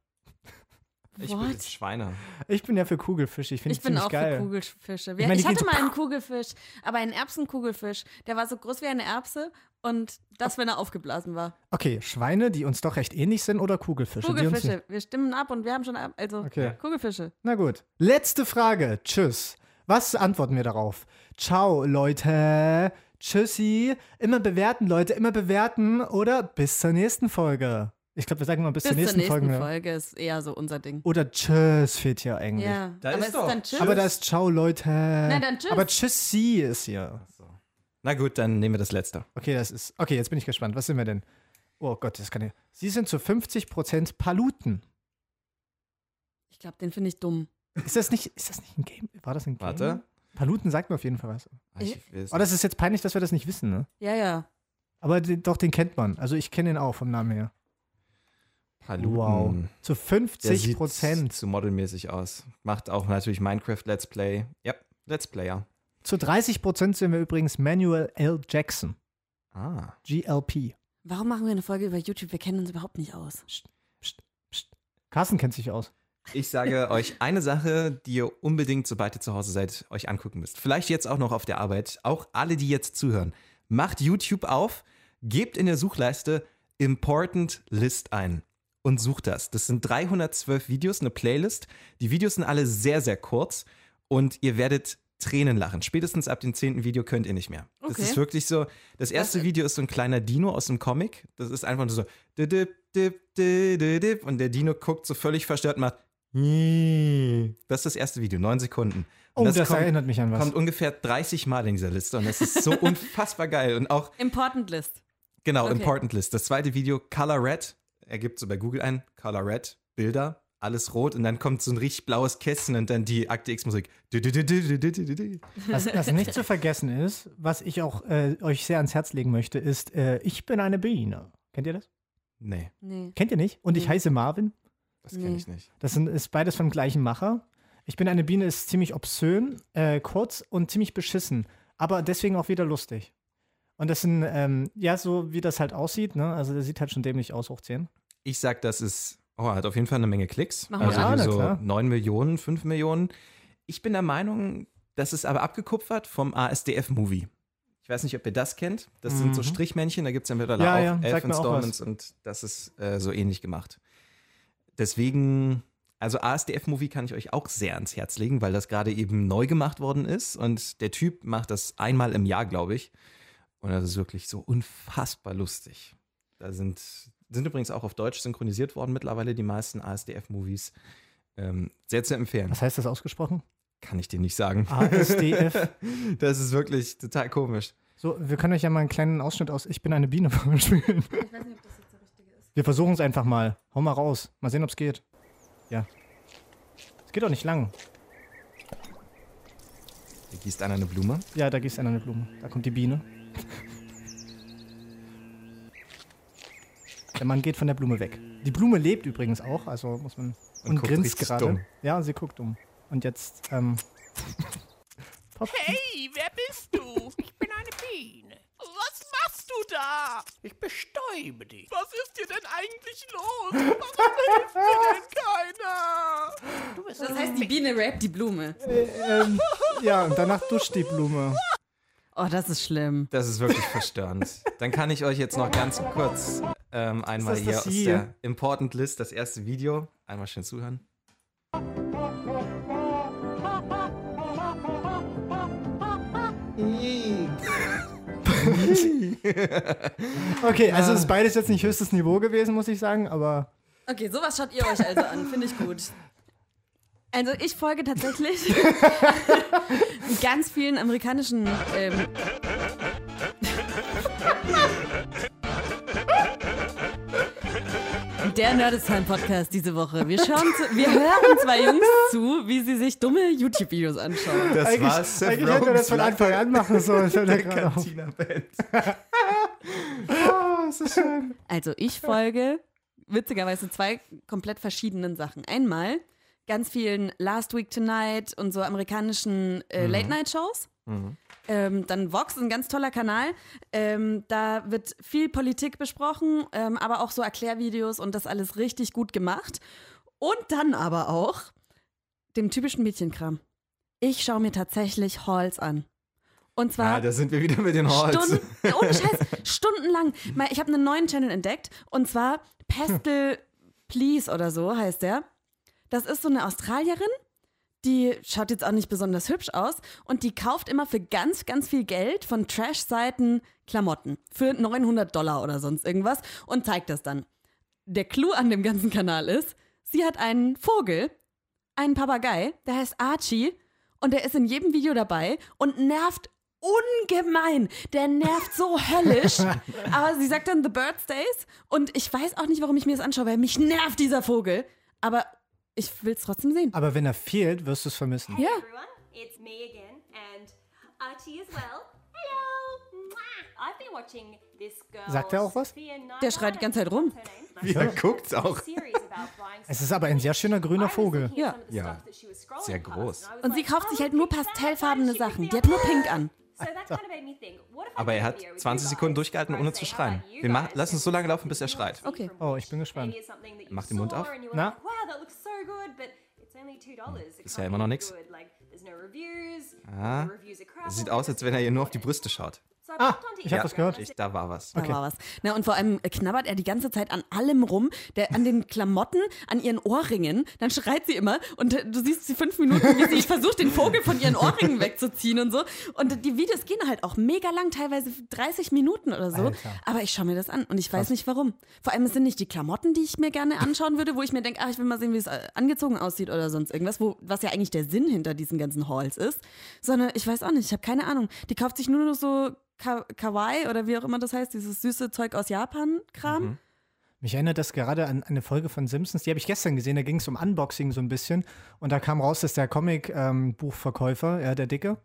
S3: Ich bin
S4: What?
S3: Schweine.
S2: Ich bin ja für Kugelfische, ich finde
S4: Ich
S2: die
S4: bin
S2: ziemlich
S4: auch
S2: geil.
S4: für Kugelfische.
S2: Ich meine, die
S4: ich hatte
S2: gehen
S4: mal
S2: so-
S4: einen Kugelfisch, aber einen Erbsenkugelfisch. Der war so groß wie eine Erbse und das, wenn er aufgeblasen war.
S2: Okay, Schweine, die uns doch recht ähnlich sind, oder Kugelfische? Die uns
S4: Kugelfische. Wir stimmen ab und wir haben schon ab. Also
S2: Okay.
S4: Kugelfische.
S2: Na gut. Letzte Frage. Tschüss. Was antworten wir darauf? Ciao, Leute. Tschüssi. Immer bewerten, Leute. Immer bewerten. Oder bis zur nächsten Folge. Ich glaube, wir sagen immer bis,
S4: Bis
S2: zur nächsten, Folge. ne?
S4: Folge ist eher so unser Ding.
S2: Oder Tschüss fehlt hier eigentlich.
S4: Ja,
S3: Da
S4: aber
S3: ist
S4: es
S3: doch.
S4: ist dann Tschüss.
S2: Aber da ist Ciao, Leute. Na
S4: dann tschüss.
S2: Aber Tschüssi ist hier.
S3: Na gut, dann nehmen wir das letzte.
S2: Okay, das ist. Okay, jetzt bin ich gespannt. Was sind wir denn? Oh Gott, das kann ich. Sie sind zu 50% Paluten.
S4: ich glaube, den finde ich dumm.
S2: Ist das nicht, ist das nicht ein Game? War das ein Game?
S3: Warte.
S2: Paluten sagt mir auf jeden Fall was.
S3: Ich will's
S2: Oh, das ist jetzt peinlich, dass wir das nicht wissen, ne?
S4: Ja, ja.
S2: Aber den, doch, den kennt man. Also ich kenne ihn auch vom Namen her.
S3: Paluten.
S2: Zu
S3: Hm. Der
S2: 50
S3: sieht
S2: Prozent.
S3: zu modelmäßig aus. Macht auch natürlich Minecraft Let's Play. Ja, Let's Player.
S2: Zu 30 Prozent sind wir übrigens Manuel L. Jackson.
S3: Ah.
S2: GLP.
S4: Warum machen wir eine Folge über YouTube? Wir kennen uns überhaupt nicht aus.
S2: Carsten kennt sich aus.
S3: Ich sage euch eine Sache, die ihr unbedingt, sobald ihr zu Hause seid, euch angucken müsst. Vielleicht jetzt auch noch auf der Arbeit. Auch alle, die jetzt zuhören. Macht YouTube auf, gebt in der Suchleiste Important List ein und sucht das. Das sind 312 Videos, eine Playlist. Die Videos sind alle sehr, sehr kurz und ihr werdet Tränen lachen. Spätestens ab dem zehnten Video könnt ihr nicht mehr. Das
S4: Okay.
S3: ist wirklich so. Das erste Video ist so ein kleiner Dino aus dem Comic. Das ist einfach nur so. dip, dip, dip, dip, dip. Und der Dino guckt so völlig verstört und macht. Das ist das erste Video, neun Sekunden. Und
S2: Oh, das, erinnert mich an was.
S3: kommt ungefähr 30 Mal in dieser Liste und das ist
S4: [LAUGHS]
S3: so unfassbar geil. Und auch,
S4: Important List.
S3: genau,
S4: Okay.
S3: Important List. Das zweite Video, Color Red, er gibt so bei Google ein, Color Red, Bilder, alles rot und dann kommt so ein richtig blaues Kästchen und dann die Akte X-Musik. Du, du, du, du, du, du, du, du.
S2: Was, was nicht zu vergessen ist, was ich auch äh, euch sehr ans Herz legen möchte, ist, äh, ich bin eine Biene. Kennt ihr das?
S3: Nee,
S4: Nee.
S2: Kennt ihr nicht? Und ich
S3: Mhm.
S4: Nee.
S2: heiße Marvin.
S3: das kenne
S4: Nee.
S3: ich nicht.
S2: Das sind, ist beides vom gleichen Macher. Ich bin eine Biene ist ziemlich obszön, äh, kurz und ziemlich beschissen, aber deswegen auch wieder lustig. Und das sind, ähm, ja, so wie das halt aussieht, ne? Also der sieht halt schon dämlich aus, hoch 10.
S3: Ich sag, das ist, oh, hat auf jeden Fall eine Menge Klicks.
S4: Machen wir
S3: also
S2: an. Ja,
S3: hier
S2: na
S3: so
S2: klar.
S3: 9 Millionen, 5 Millionen. Ich bin der Meinung, das ist aber abgekupfert vom ASDF-Movie. Ich weiß nicht, ob ihr das kennt. Das sind so
S2: Mhm.
S3: Strichmännchen, da gibt es ja mittlerweile
S2: Ja,
S3: auch
S2: ja,
S3: elf
S2: sagt mir auch
S3: Installments und das ist äh, so ähnlich gemacht. Deswegen, also ASDF-Movie kann ich euch auch sehr ans Herz legen, weil das gerade eben neu gemacht worden ist und der Typ macht das einmal im Jahr, glaube ich. Und das ist wirklich so unfassbar lustig. Da sind, sind übrigens auch auf Deutsch synchronisiert worden mittlerweile die meisten ASDF-Movies. Ähm, sehr zu empfehlen.
S2: Was heißt das ausgesprochen?
S3: Kann ich dir nicht sagen.
S2: ASDF.
S3: [LAUGHS] Das ist wirklich total komisch.
S2: So, wir können euch ja mal einen kleinen Ausschnitt aus Ich bin eine Biene [LAUGHS] spielen.
S4: Ich weiß nicht, ob das jetzt der richtige ist.
S2: Wir versuchen es einfach mal. Hau mal raus. Mal sehen, ob es geht. Ja. Es geht doch nicht lang.
S3: Hier gießt einer eine Blume.
S2: Ja, da gießt einer eine Blume. Da kommt die Biene. Der Mann geht von der Blume weg. Die Blume lebt übrigens auch, also muss man.
S3: Und
S2: Und,
S3: guckt
S2: grinst
S3: richtig
S2: gerade.
S3: dumm.
S2: Ja, sie guckt um. Und jetzt, ähm. Pop.
S5: Hey, wer bist du? [LAUGHS] Ich bin eine Biene. Was machst du da? Ich bestäube dich. Was ist dir denn eigentlich los? Warum hilft mir denn keiner? Du bist
S4: Das heißt, die Biene rappt die Blume.
S2: Ähm, ja, und danach duscht die Blume.
S4: Oh, das ist schlimm.
S3: Das ist wirklich verstörend.
S2: [LAUGHS]
S3: Dann kann ich euch jetzt noch ganz kurz ähm, einmal
S2: Ist
S3: hier
S2: das das
S3: aus
S2: hier?
S3: der Important List, das erste Video, einmal schön zuhören.
S2: Okay, also ist beides jetzt nicht höchstes Niveau gewesen, muss ich sagen, aber
S4: Okay, sowas schaut ihr euch also [LAUGHS] an. Finde ich gut. Also ich folge [LAUGHS] tatsächlich ganz vielen amerikanischen. Ähm Der Nerd ist Time Podcast diese Woche. Wir, schauen zu, wir hören zwei Jungs zu, wie sie sich dumme YouTube-Videos anschauen.
S3: Das
S2: eigentlich,
S3: war Seth
S2: eigentlich hätten wir das von
S3: Rogens
S2: Anfang an machen sollen. [LAUGHS] fällt mir gerade auf.
S3: Cantina-Band.
S4: Also ich folge witzigerweise zwei komplett verschiedenen Sachen. Einmal ganz vielen Last Week Tonight und so amerikanischen äh, Late-Night-Shows. Ähm, dann Vox, ein ganz toller Kanal. Ähm, da wird viel Politik besprochen, ähm, aber auch so Erklärvideos und das alles richtig gut gemacht. Und dann aber auch dem typischen Mädchenkram. Ich schaue mir tatsächlich Halls an. Und zwar
S3: Ah, da sind wir wieder mit den Halls.
S4: Stunden, ohne Scheiß, stundenlang. Mal, Ich habe einen neuen Channel entdeckt und zwar Pestel Please oder so heißt der. Das ist so eine Australierin, die schaut jetzt auch nicht besonders hübsch aus und die kauft immer für ganz, ganz viel Geld von Trash-Seiten Klamotten für 900 Dollar oder sonst irgendwas und zeigt das dann. Der Clou an dem ganzen Kanal ist, sie hat einen Vogel, einen Papagei, der heißt Archie und der ist in jedem Video dabei und nervt ungemein. Der nervt so höllisch. aber sie sagt dann The Birthdays und ich weiß auch nicht, warum ich mir das anschaue, weil mich nervt dieser Vogel. Aber ich will es trotzdem sehen.
S2: Aber wenn er fehlt, wirst du es vermissen.
S4: Ja.
S6: everyone. It's me again, and Archie as well. Hello! Mwah! I've been watching this girl.
S2: Sagt er auch was?
S6: Sophia
S4: Der schreit die ganze Zeit rum.
S3: Ja, guckt's auch.
S2: [LAUGHS] Es ist aber ein sehr schöner grüner Vogel.
S4: Ja.
S3: Ja. Sehr groß.
S4: Und sie kauft
S6: "Oh,
S4: sich halt nur pastellfarbene Sachen. Die hat nur pink an.
S3: Aber er hat 20 Sekunden durchgehalten, ohne zu schreien.
S6: "Oh,
S3: Den mach, lass uns so lange laufen, bis er schreit.
S4: Okay.
S2: Oh, ich bin gespannt.
S3: Mach den Mund auf.
S2: Na?
S6: Wow, that looks so good, but it's only $2. It
S3: Ist ja
S6: can't
S3: immer noch
S6: be
S3: nix.
S6: good. Like, there's no reviews,
S3: Ah.
S6: the reviews are crap,
S3: Es sieht
S6: all
S3: aus,
S6: the
S3: als wenn er ihr nur auf die Brüste schaut.
S6: So I
S2: Ah,
S6: popped
S2: ich hab
S6: onto Instagram
S2: das gehört.
S6: and I
S3: Ich, da war was.
S4: Da war was. Na, und vor allem knabbert er die ganze Zeit an allem rum, der, an den Klamotten, an ihren Ohrringen. Dann schreit sie immer und äh, du siehst sie fünf Minuten, wie sie versucht, den Vogel von ihren Ohrringen wegzuziehen und so. Und die Videos gehen halt auch mega lang, teilweise 30 Minuten oder so.
S2: Alter.
S4: Aber ich schaue mir das an und ich weiß nicht warum. Vor allem es sind nicht die Klamotten, die ich mir gerne anschauen würde, wo ich mir denke, ach, ich will mal sehen, wie es äh, angezogen aussieht oder sonst irgendwas, wo, was ja eigentlich der Sinn hinter diesen ganzen Halls ist. Sondern ich weiß auch nicht, ich habe keine Ahnung. Die kauft sich nur noch so Ka Kawaii oder wie auch immer das heißt, dieses süße Zeug aus Japan-Kram.
S3: Mhm.
S2: Mich erinnert das gerade an eine Folge von Simpsons, die habe ich gestern gesehen, da ging es um Unboxing so ein bisschen. Und da kam raus, dass der Comic-Buchverkäufer, ja, der Dicke,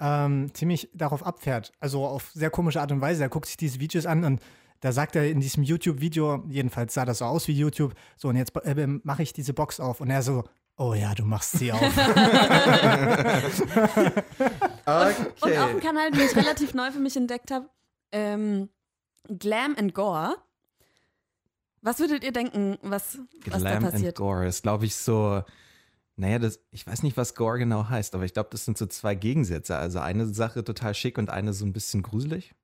S2: ähm, ziemlich darauf abfährt. Also auf sehr komische Art und Weise. Er guckt sich diese Videos an und da sagt er in diesem YouTube-Video, jedenfalls sah das so aus wie YouTube, so und jetzt äh, mache ich diese Box auf. Und er so, oh ja, du machst
S4: [LAUGHS]
S2: sie auf.
S4: Oh, Und auch ein
S3: Okay.
S4: Kanal, den ich relativ neu für mich entdeckt habe. Ähm, Glam and Gore. Was würdet ihr denken, was, was da
S3: Glam and
S4: passiert?
S3: Gore ist, glaube ich, so. Naja, das, ich weiß nicht, was Gore genau heißt, aber ich glaube, das sind so zwei Gegensätze. Also eine Sache total schick und eine so ein bisschen gruselig.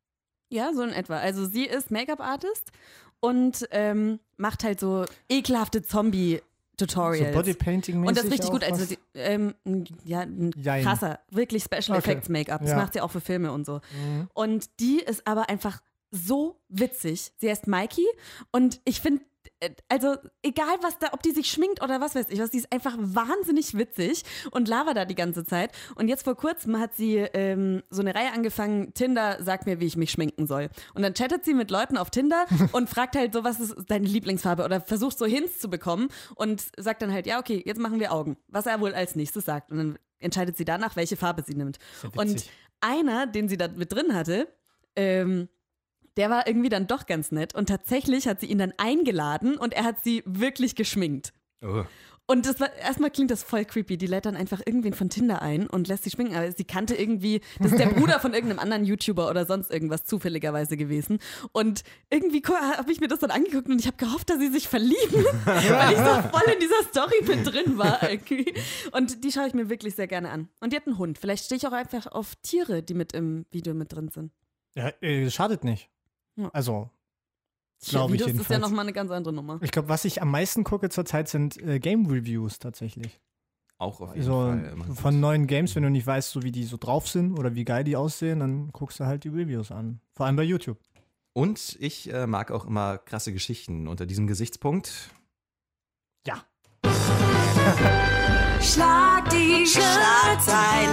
S4: Ja, so in etwa. Also sie ist Make-up-Artist und ähm, macht halt so ekelhafte
S2: so
S4: Zombie-Tutorials.
S2: Bodypainting-mäßig.
S4: und das ist richtig
S2: auch
S4: gut. Also
S2: was.
S4: die, ähm, ja, ein
S2: Jein.
S4: krasser, wirklich Special
S2: Okay.
S4: Effects Make-up. Das
S2: Ja. Mhm.
S4: macht sie auch für Filme und so. Und die ist aber einfach so witzig. Sie heißt Mikey und ich finde, also egal was da, ob die sich schminkt oder was weiß ich was, die ist einfach wahnsinnig witzig und lava da die ganze Zeit. Und jetzt vor kurzem hat sie ähm, so eine Reihe angefangen, Tinder sagt mir, wie ich mich schminken soll. Und dann chattet sie mit Leuten
S2: [LAUGHS]
S4: auf Tinder und fragt halt so, was ist deine Lieblingsfarbe oder versucht so Hints zu bekommen und sagt dann halt, ja, okay, jetzt machen wir Augen. Was er wohl als nächstes sagt. Und dann entscheidet sie danach, welche Farbe sie nimmt. Und
S2: witzig.
S4: einer, den sie da mit drin hatte, ähm, der war irgendwie dann doch ganz nett. Und tatsächlich hat sie ihn dann eingeladen und er hat sie wirklich geschminkt.
S3: Oh.
S4: Und das war, erstmal klingt das voll creepy. Die lädt dann einfach irgendwen von Tinder ein und lässt sie schminken. Aber sie kannte irgendwie, das ist der Bruder von irgendeinem anderen YouTuber oder sonst irgendwas zufälligerweise gewesen. Und irgendwie habe ich mir das dann angeguckt und ich habe gehofft, dass sie sich verlieben, [LAUGHS] weil ich so voll in dieser Story mit drin war. Irgendwie. Und die schaue ich mir wirklich sehr gerne an. Und die hat einen Hund. Vielleicht stehe ich auch einfach auf Tiere, die mit im Video mit drin sind.
S2: Ja, äh, schadet nicht.
S4: Ja.
S2: Also, Glaub ich
S4: Videos ist ja
S2: jedenfalls.
S4: nochmal eine ganz andere Nummer.
S2: ich glaube, was ich am meisten gucke zurzeit sind äh, Game Reviews tatsächlich.
S3: Auch auf jeden
S2: So
S3: Fall. immer.
S2: von neuen Games, wenn du nicht weißt, so wie die so drauf sind oder wie geil die aussehen, dann guckst du halt die Reviews an. Vor allem bei YouTube.
S3: Und ich äh, mag auch immer krasse Geschichten unter diesem Gesichtspunkt.
S2: Ja.
S7: Schlag die Schlagzeile.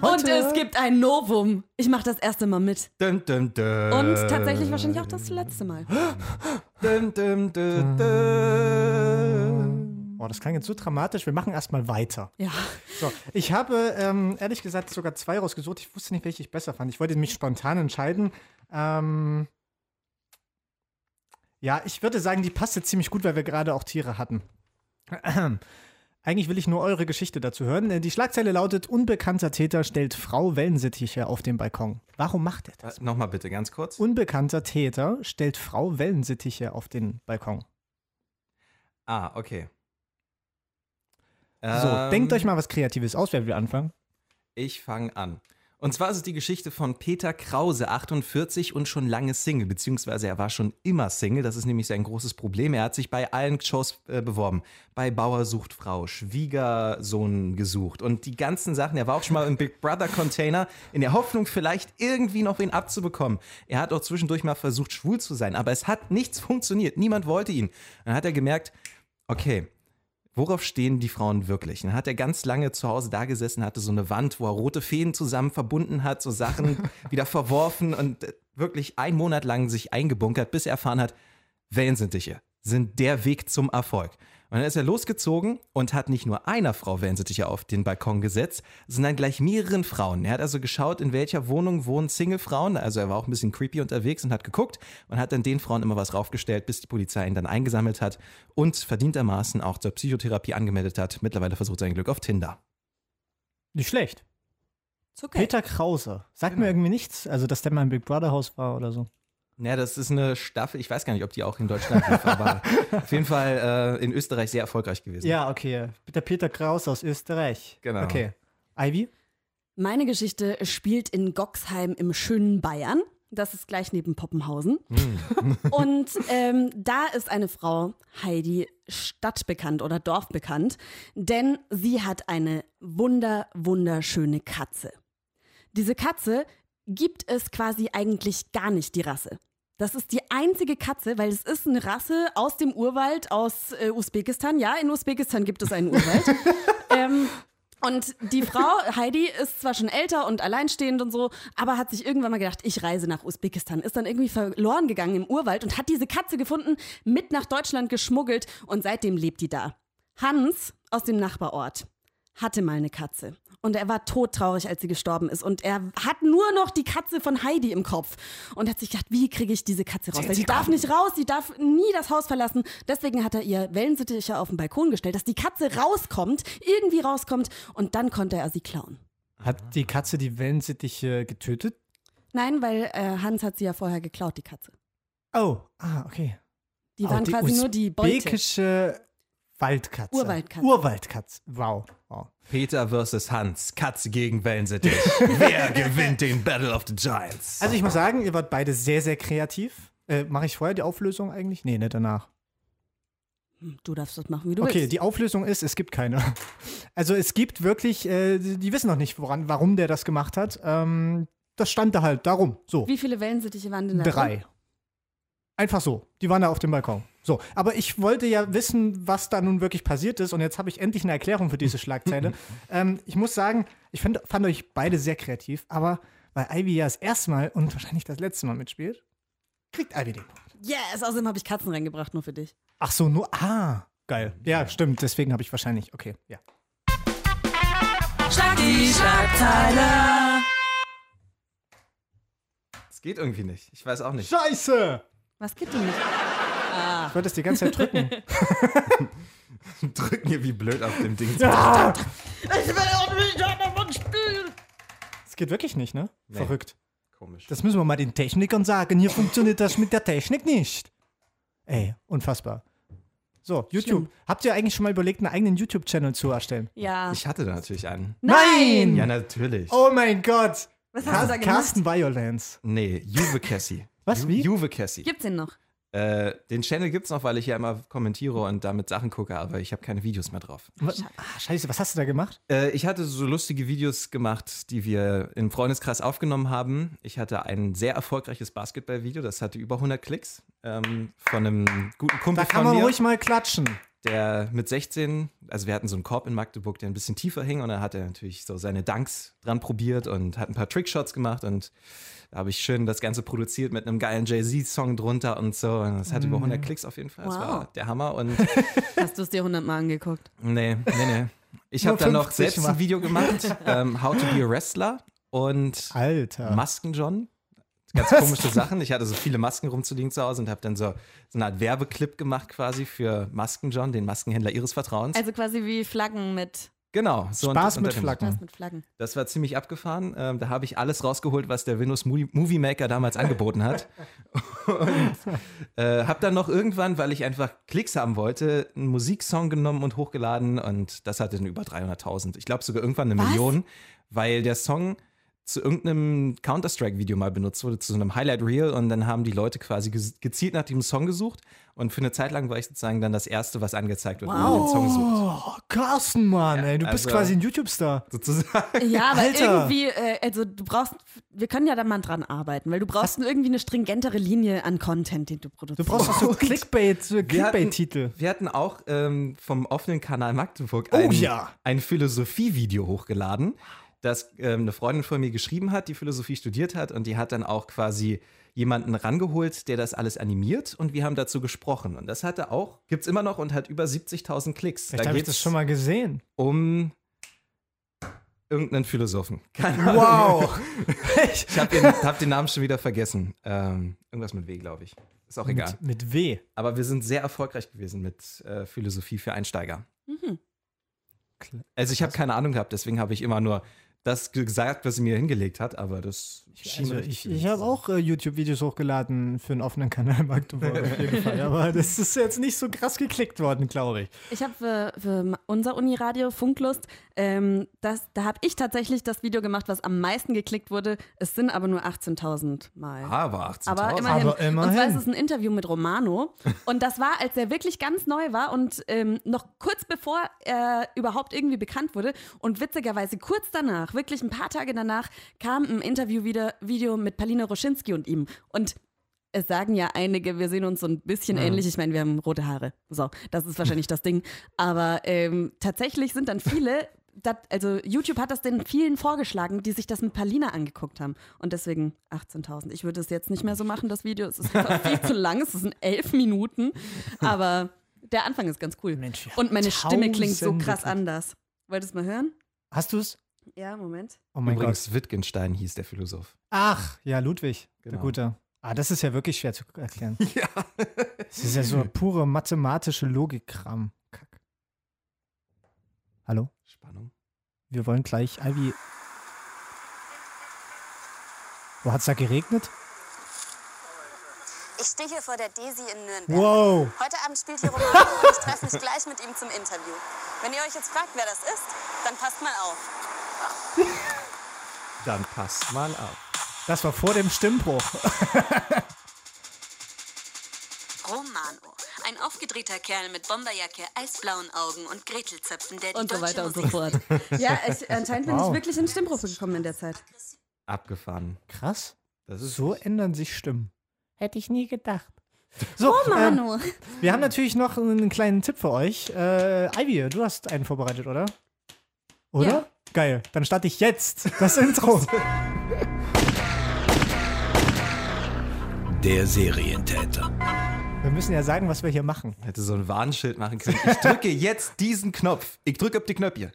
S4: Und es gibt ein Novum. Ich mache das erste Mal mit.
S3: Dun, dun, dun.
S4: Und
S2: Äh.
S4: tatsächlich wahrscheinlich auch das letzte Mal.
S3: Dun, dun, dun, dun.
S2: Oh, das klang jetzt so dramatisch. Wir machen erstmal weiter.
S4: Ja.
S2: So, ich habe ähm, ehrlich gesagt sogar zwei rausgesucht. Ich wusste nicht, welche ich besser fand. Ich wollte mich spontan entscheiden. Ähm, ja, ich würde sagen, die passte ziemlich gut, weil wir gerade auch Tiere hatten. [CLEARS THROAT] Eigentlich will ich nur eure Geschichte dazu hören. Äh, Die Schlagzeile lautet: Unbekannter Täter stellt Frau Wellensittiche auf den Balkon. Warum macht er das?
S3: Äh, Nochmal bitte, ganz kurz.
S2: Unbekannter Täter stellt Frau Wellensittiche auf den Balkon.
S3: Ah, okay.
S2: So,
S3: Ähm,
S2: denkt euch mal was Kreatives aus, während wir anfangen.
S3: Ich fange an. Und zwar ist es die Geschichte von Peter Krause, 48 und schon lange Single, beziehungsweise er war schon immer Single. Das ist nämlich sein großes Problem. Er hat sich bei allen Shows äh, beworben. Bei Bauer sucht Frau, Schwiegersohn gesucht und die ganzen Sachen. Er war auch schon mal im Big Brother Container in der Hoffnung, vielleicht irgendwie noch wen abzubekommen. Er hat auch zwischendurch mal versucht, schwul zu sein, aber es hat nichts funktioniert. Niemand wollte ihn. Dann hat er gemerkt, okay, Worauf stehen die Frauen wirklich? Dann hat er ganz lange zu Hause da gesessen, hatte so eine Wand, wo er rote Feen zusammen verbunden hat, so Sachen wieder verworfen und äh, wirklich einen Monat lang sich eingebunkert, bis er erfahren hat, Wellen sind Wellensittich sind der Weg zum Erfolg. Und dann ist er losgezogen und hat nicht nur einer Frau Wellensittiche auf den Balkon gesetzt, sondern gleich mehreren Frauen. Er hat also geschaut, in welcher Wohnung wohnen Single-Frauen. Also er war auch ein bisschen creepy unterwegs und hat geguckt und hat dann den Frauen immer was raufgestellt, bis die Polizei ihn dann eingesammelt hat und verdientermaßen auch zur Psychotherapie angemeldet hat. Mittlerweile versucht sein Glück auf Tinder.
S2: Nicht schlecht.
S4: Ist okay.
S2: Peter Krause. Sagt
S3: Genau.
S2: mir irgendwie nichts. Also, dass der mal im Big Brother Haus war oder so.
S3: Ja, das ist eine Staffel, ich weiß gar nicht, ob die auch in Deutschland lief, [LAUGHS] aber auf jeden Fall äh, in Österreich sehr erfolgreich gewesen.
S2: Ja, okay. Der Peter Krause aus Österreich.
S3: Genau.
S2: Okay. Ivy?
S4: Meine Geschichte spielt in Goxheim im schönen Bayern. Das ist gleich neben Poppenhausen. [LAUGHS] Und ähm, da ist eine Frau, Heidi, stadtbekannt oder dorfbekannt, denn sie hat eine wunder, wunderschöne Katze. Diese Katze gibt es quasi eigentlich gar nicht, die Rasse. Das ist die einzige Katze, weil es ist eine Rasse aus dem Urwald, aus äh, Usbekistan. Ja, in Usbekistan gibt es einen Urwald. ähm, und die Frau, Heidi, ist zwar schon älter und alleinstehend und so, aber hat sich irgendwann mal gedacht, ich reise nach Usbekistan. Ist dann irgendwie verloren gegangen im Urwald und hat diese Katze gefunden, mit nach Deutschland geschmuggelt und seitdem lebt die da. Hans aus dem Nachbarort hatte mal eine Katze. Und er war todtraurig, als sie gestorben ist. Und er hat nur noch die Katze von Heidi im Kopf. Und hat sich gedacht, wie kriege ich diese Katze raus? Weil die darf nicht raus, die darf nie das Haus verlassen. Deswegen hat er ihr Wellensittiche auf den Balkon gestellt, dass die Katze rauskommt, irgendwie rauskommt. Und dann konnte er sie klauen.
S2: Hat die Katze die Wellensittiche getötet?
S4: Nein, weil äh, Hans hat sie ja vorher geklaut, die Katze.
S2: Oh, ah, okay.
S4: Die
S2: Oh,
S4: waren quasi nur die Beute.
S2: Usbekische Waldkatze.
S4: Urwaldkatze.
S2: Urwaldkatze. Wow. wow.
S3: Peter versus Hans, Katze gegen Wellensittich.
S2: [LAUGHS]
S3: Wer gewinnt den Battle of the Giants?
S2: Also, ich muss sagen, ihr wart beide sehr, sehr kreativ. Äh, Mache ich vorher die Auflösung eigentlich? Nee, nicht danach.
S4: Du darfst das machen, wie du
S2: Okay,
S4: willst.
S2: die Auflösung ist, es gibt keine. Also es gibt wirklich, äh, die die wissen noch nicht, woran, warum der das gemacht hat. Ähm, das stand da halt, darum. So,
S4: Wie viele Wellensittiche waren denn da? drin?
S2: drei. Einfach so. Die waren da auf dem Balkon. So, aber ich wollte ja wissen, was da nun wirklich passiert ist und jetzt habe ich endlich eine Erklärung für diese
S4: [LAUGHS]
S2: Schlagzeile. ähm, ich muss sagen, ich fand, fand euch beide sehr kreativ, aber weil Ivy ja das erste Mal und wahrscheinlich das letzte Mal mitspielt, kriegt Ivy den Punkt.
S4: Yes, außerdem habe ich Katzen reingebracht, nur für dich.
S2: Ach so, nur, ah, geil. Ja, stimmt, deswegen habe ich wahrscheinlich, okay, ja.
S7: Schlag die Schlagzeile.
S3: Es geht irgendwie nicht. Ich weiß auch nicht.
S2: Scheiße!
S4: Was geht denn nicht?
S2: Ich wollte es die ganze Zeit
S4: [LAUGHS]
S2: drücken.
S3: Drück mir wie blöd auf
S2: [LAUGHS]
S3: dem Ding.
S2: Es geht wirklich nicht, ne? Verrückt.
S3: Komisch.
S2: Das müssen wir mal den Technikern sagen. Hier funktioniert das mit der Technik nicht. Ey, unfassbar. So, YouTube. Habt ihr eigentlich schon mal überlegt, einen eigenen YouTube-Channel zu erstellen?
S4: Ja.
S3: Ich hatte da natürlich einen.
S2: Nein!
S3: Ja, natürlich.
S2: Hm. Oh mein Gott!
S4: Was hast du da gemacht?
S2: Carsten Violence.
S3: Nee, Juve Cassie.
S2: [LAUGHS] Was,
S3: Ju
S2: wie?
S3: Juve Cassie.
S4: Gibt's den noch?
S3: Äh, den Channel gibt's noch, weil ich ja immer kommentiere und damit Sachen gucke, aber ich habe keine Videos mehr drauf.
S2: Wa- Ah, scheiße, was hast du da gemacht?
S3: Äh, ich hatte so lustige Videos gemacht, die wir im Freundeskreis aufgenommen haben. Ich hatte ein sehr erfolgreiches Basketball-Video, das hatte über 100 Klicks ähm, von einem guten Kumpel
S2: Da kann
S3: von
S2: man
S3: mir,
S2: ruhig mal klatschen.
S3: der mit 16, also wir hatten so einen Korb in Magdeburg, der ein bisschen tiefer hing und da hat er natürlich so seine Dunks dran probiert und hat ein paar Trickshots gemacht und da habe ich schön das Ganze produziert mit einem geilen Jay-Z-Song drunter und so. Und das hat über
S2: Mhm.
S3: 100 Klicks auf jeden Fall. Das
S4: Wow.
S3: war der Hammer
S2: [LAUGHS]
S3: und
S4: Hast du es dir hundertmal angeguckt?
S3: Nee, nee, nee. Ich
S2: Nur
S3: habe dann noch
S2: 50
S3: selbst
S2: Mal.
S3: ein
S2: [LAUGHS]
S3: Video gemacht, ähm, How to be a Wrestler und
S2: Alter.
S3: Masken-John. Ganz komische Sachen. Ich hatte so viele Masken rumzuliegen zu Hause und habe dann so, so eine Art Werbeclip gemacht quasi für Masken-John, den Maskenhändler ihres Vertrauens.
S4: Also quasi wie Flaggen mit.
S3: genau. So
S2: Spaß mit
S3: dem-
S2: Flaggen.
S4: Was mit Flaggen?
S3: Das war ziemlich abgefahren. Ähm, da habe ich alles rausgeholt, was der Windows Movie Movie Maker damals angeboten hat. [LAUGHS] Und äh, habe dann noch irgendwann, weil ich einfach Klicks haben wollte, einen Musiksong genommen und hochgeladen. Und das hatte dann über 300.000. Ich glaube sogar irgendwann eine
S4: Was?
S3: Million, weil der Song zu irgendeinem Counter-Strike-Video mal benutzt wurde, zu so einem Highlight-Reel. Und dann haben die Leute quasi ges- gezielt nach diesem Song gesucht. Und für eine Zeit lang war ich sozusagen dann das Erste, was angezeigt wird, wenn man den Song sucht.
S2: Oh, Carsten, Mann, ey, du bist
S3: also-
S2: quasi ein YouTube-Star.
S3: Sozusagen.
S4: Ja, aber
S2: Alter.
S4: irgendwie, äh, also du brauchst, wir können ja da mal dran arbeiten, weil du brauchst irgendwie eine stringentere Linie an Content, den du
S2: Du
S4: produzierst.
S2: brauchst auch
S3: [LAUGHS]
S2: so Clickbait, so
S3: Wir hatten-
S2: Clickbait-Titel.
S3: Wir hatten auch ähm, vom offenen Kanal Magdeburg
S2: Oh
S3: ein,
S2: ja.
S3: ein Philosophie-Video hochgeladen, das ähm, eine Freundin von mir geschrieben hat, die Philosophie studiert hat und die hat dann auch quasi jemanden rangeholt, der das alles animiert und wir haben dazu gesprochen. Und das hatte auch, gibt es immer noch und hat über 70.000 Klicks.
S2: Vielleicht
S3: da
S2: habe ich
S3: geht
S2: das
S3: es
S2: schon mal gesehen.
S3: um irgendeinen Philosophen. Keine Ahnung.
S2: [LAUGHS] Wow.
S3: Ich habe den, hab den Namen schon wieder vergessen. Ähm, irgendwas mit W, glaube ich. Ist auch egal.
S2: mit, mit W.
S3: Aber wir sind sehr erfolgreich gewesen mit äh, Philosophie für Einsteiger.
S4: Mhm.
S3: Also ich habe keine Ahnung gehabt, deswegen habe ich immer nur das gesagt, was sie mir hingelegt hat, aber das schien
S2: Also
S3: richtig
S2: ich
S3: gewesen
S2: ich
S3: zu
S2: habe
S3: sein.
S2: auch äh, YouTube-Videos hochgeladen für einen offenen Kanal Magdeburg auf jeden Fall.
S3: [LAUGHS]
S2: Aber das ist jetzt nicht so krass geklickt worden, glaube ich.
S4: Ich habe für, für unser Uniradio Funklust, ähm, das, da habe ich tatsächlich das Video gemacht, was am meisten geklickt wurde. Es sind aber nur 18.000 Mal.
S3: Aber 18.000.
S4: Aber immerhin.
S2: Aber oh immerhin.
S4: Und zwar ist es ein Interview mit Romano. Und das war, als er wirklich ganz neu war und ähm, noch kurz bevor er überhaupt irgendwie bekannt wurde. Und witzigerweise kurz danach, wirklich ein paar Tage danach, kam ein Interview wieder, Video mit Paulina Roschinski und ihm. Und es sagen ja einige, wir sehen uns so ein bisschen ähnlich. Ich meine, wir haben rote Haare. So, das ist wahrscheinlich das Ding. Aber ähm, tatsächlich sind dann viele, [LAUGHS] dat, also YouTube hat das den vielen vorgeschlagen, die sich das mit Palina angeguckt haben. Und deswegen 18.000. Ich würde es jetzt nicht mehr so machen, das Video. Es ist einfach viel zu lang. Es sind elf Minuten. Aber der Anfang ist ganz cool.
S2: Mensch, wir
S4: Und meine Stimme klingt so
S2: tausende
S4: krass
S2: Klicks.
S4: anders. Wolltest du mal hören?
S2: Hast du es?
S4: Ja, Moment.
S2: Oh mein
S3: Übrigens,
S2: Gott.
S3: Wittgenstein hieß der Philosoph.
S2: Ach, ja, Ludwig, der
S3: Genau.
S2: Gute. Ah, das ist ja wirklich schwer zu
S3: [LAUGHS]
S2: erklären. Ja. Das ist ja so pure mathematische Logikkram. Kack. Hallo?
S3: Spannung.
S2: Wir wollen gleich Ivy. Wo hat's da geregnet?
S8: Ich stehe hier vor der Desi in Nürnberg.
S2: Wow!
S8: Heute Abend spielt hier Romano und ich treffe mich gleich mit ihm zum Interview. Wenn ihr euch jetzt fragt, wer das ist, dann passt mal auf.
S3: Dann passt mal auf.
S2: Das war vor dem Stimmbruch.
S8: Romano, ein aufgedrehter Kerl mit Bomberjacke, eisblauen Augen und Gretelzöpfen, der die
S4: Und so
S8: deutsche
S4: weiter und so
S8: Musik
S4: fort. Ja, ich, anscheinend bin
S2: Wow.
S4: ich wirklich in Stimmbruch gekommen in der Zeit.
S3: Abgefahren.
S2: Krass.
S3: Das ist
S2: So ändern sich Stimmen. Hätte ich nie gedacht. So,
S4: Oh,
S2: ähm,
S4: Manu.
S2: wir haben natürlich noch einen kleinen Tipp für euch. Äh, Ivy, du hast einen vorbereitet, oder? Oder?
S4: Ja.
S2: Geil. Dann starte ich jetzt das [LAUGHS] Intro.
S5: Der Serientäter.
S2: Wir müssen ja sagen, was wir hier machen.
S3: hätte so ein Warnschild machen können. Ich drücke jetzt diesen Knopf. Ich drücke auf die Knöpfe.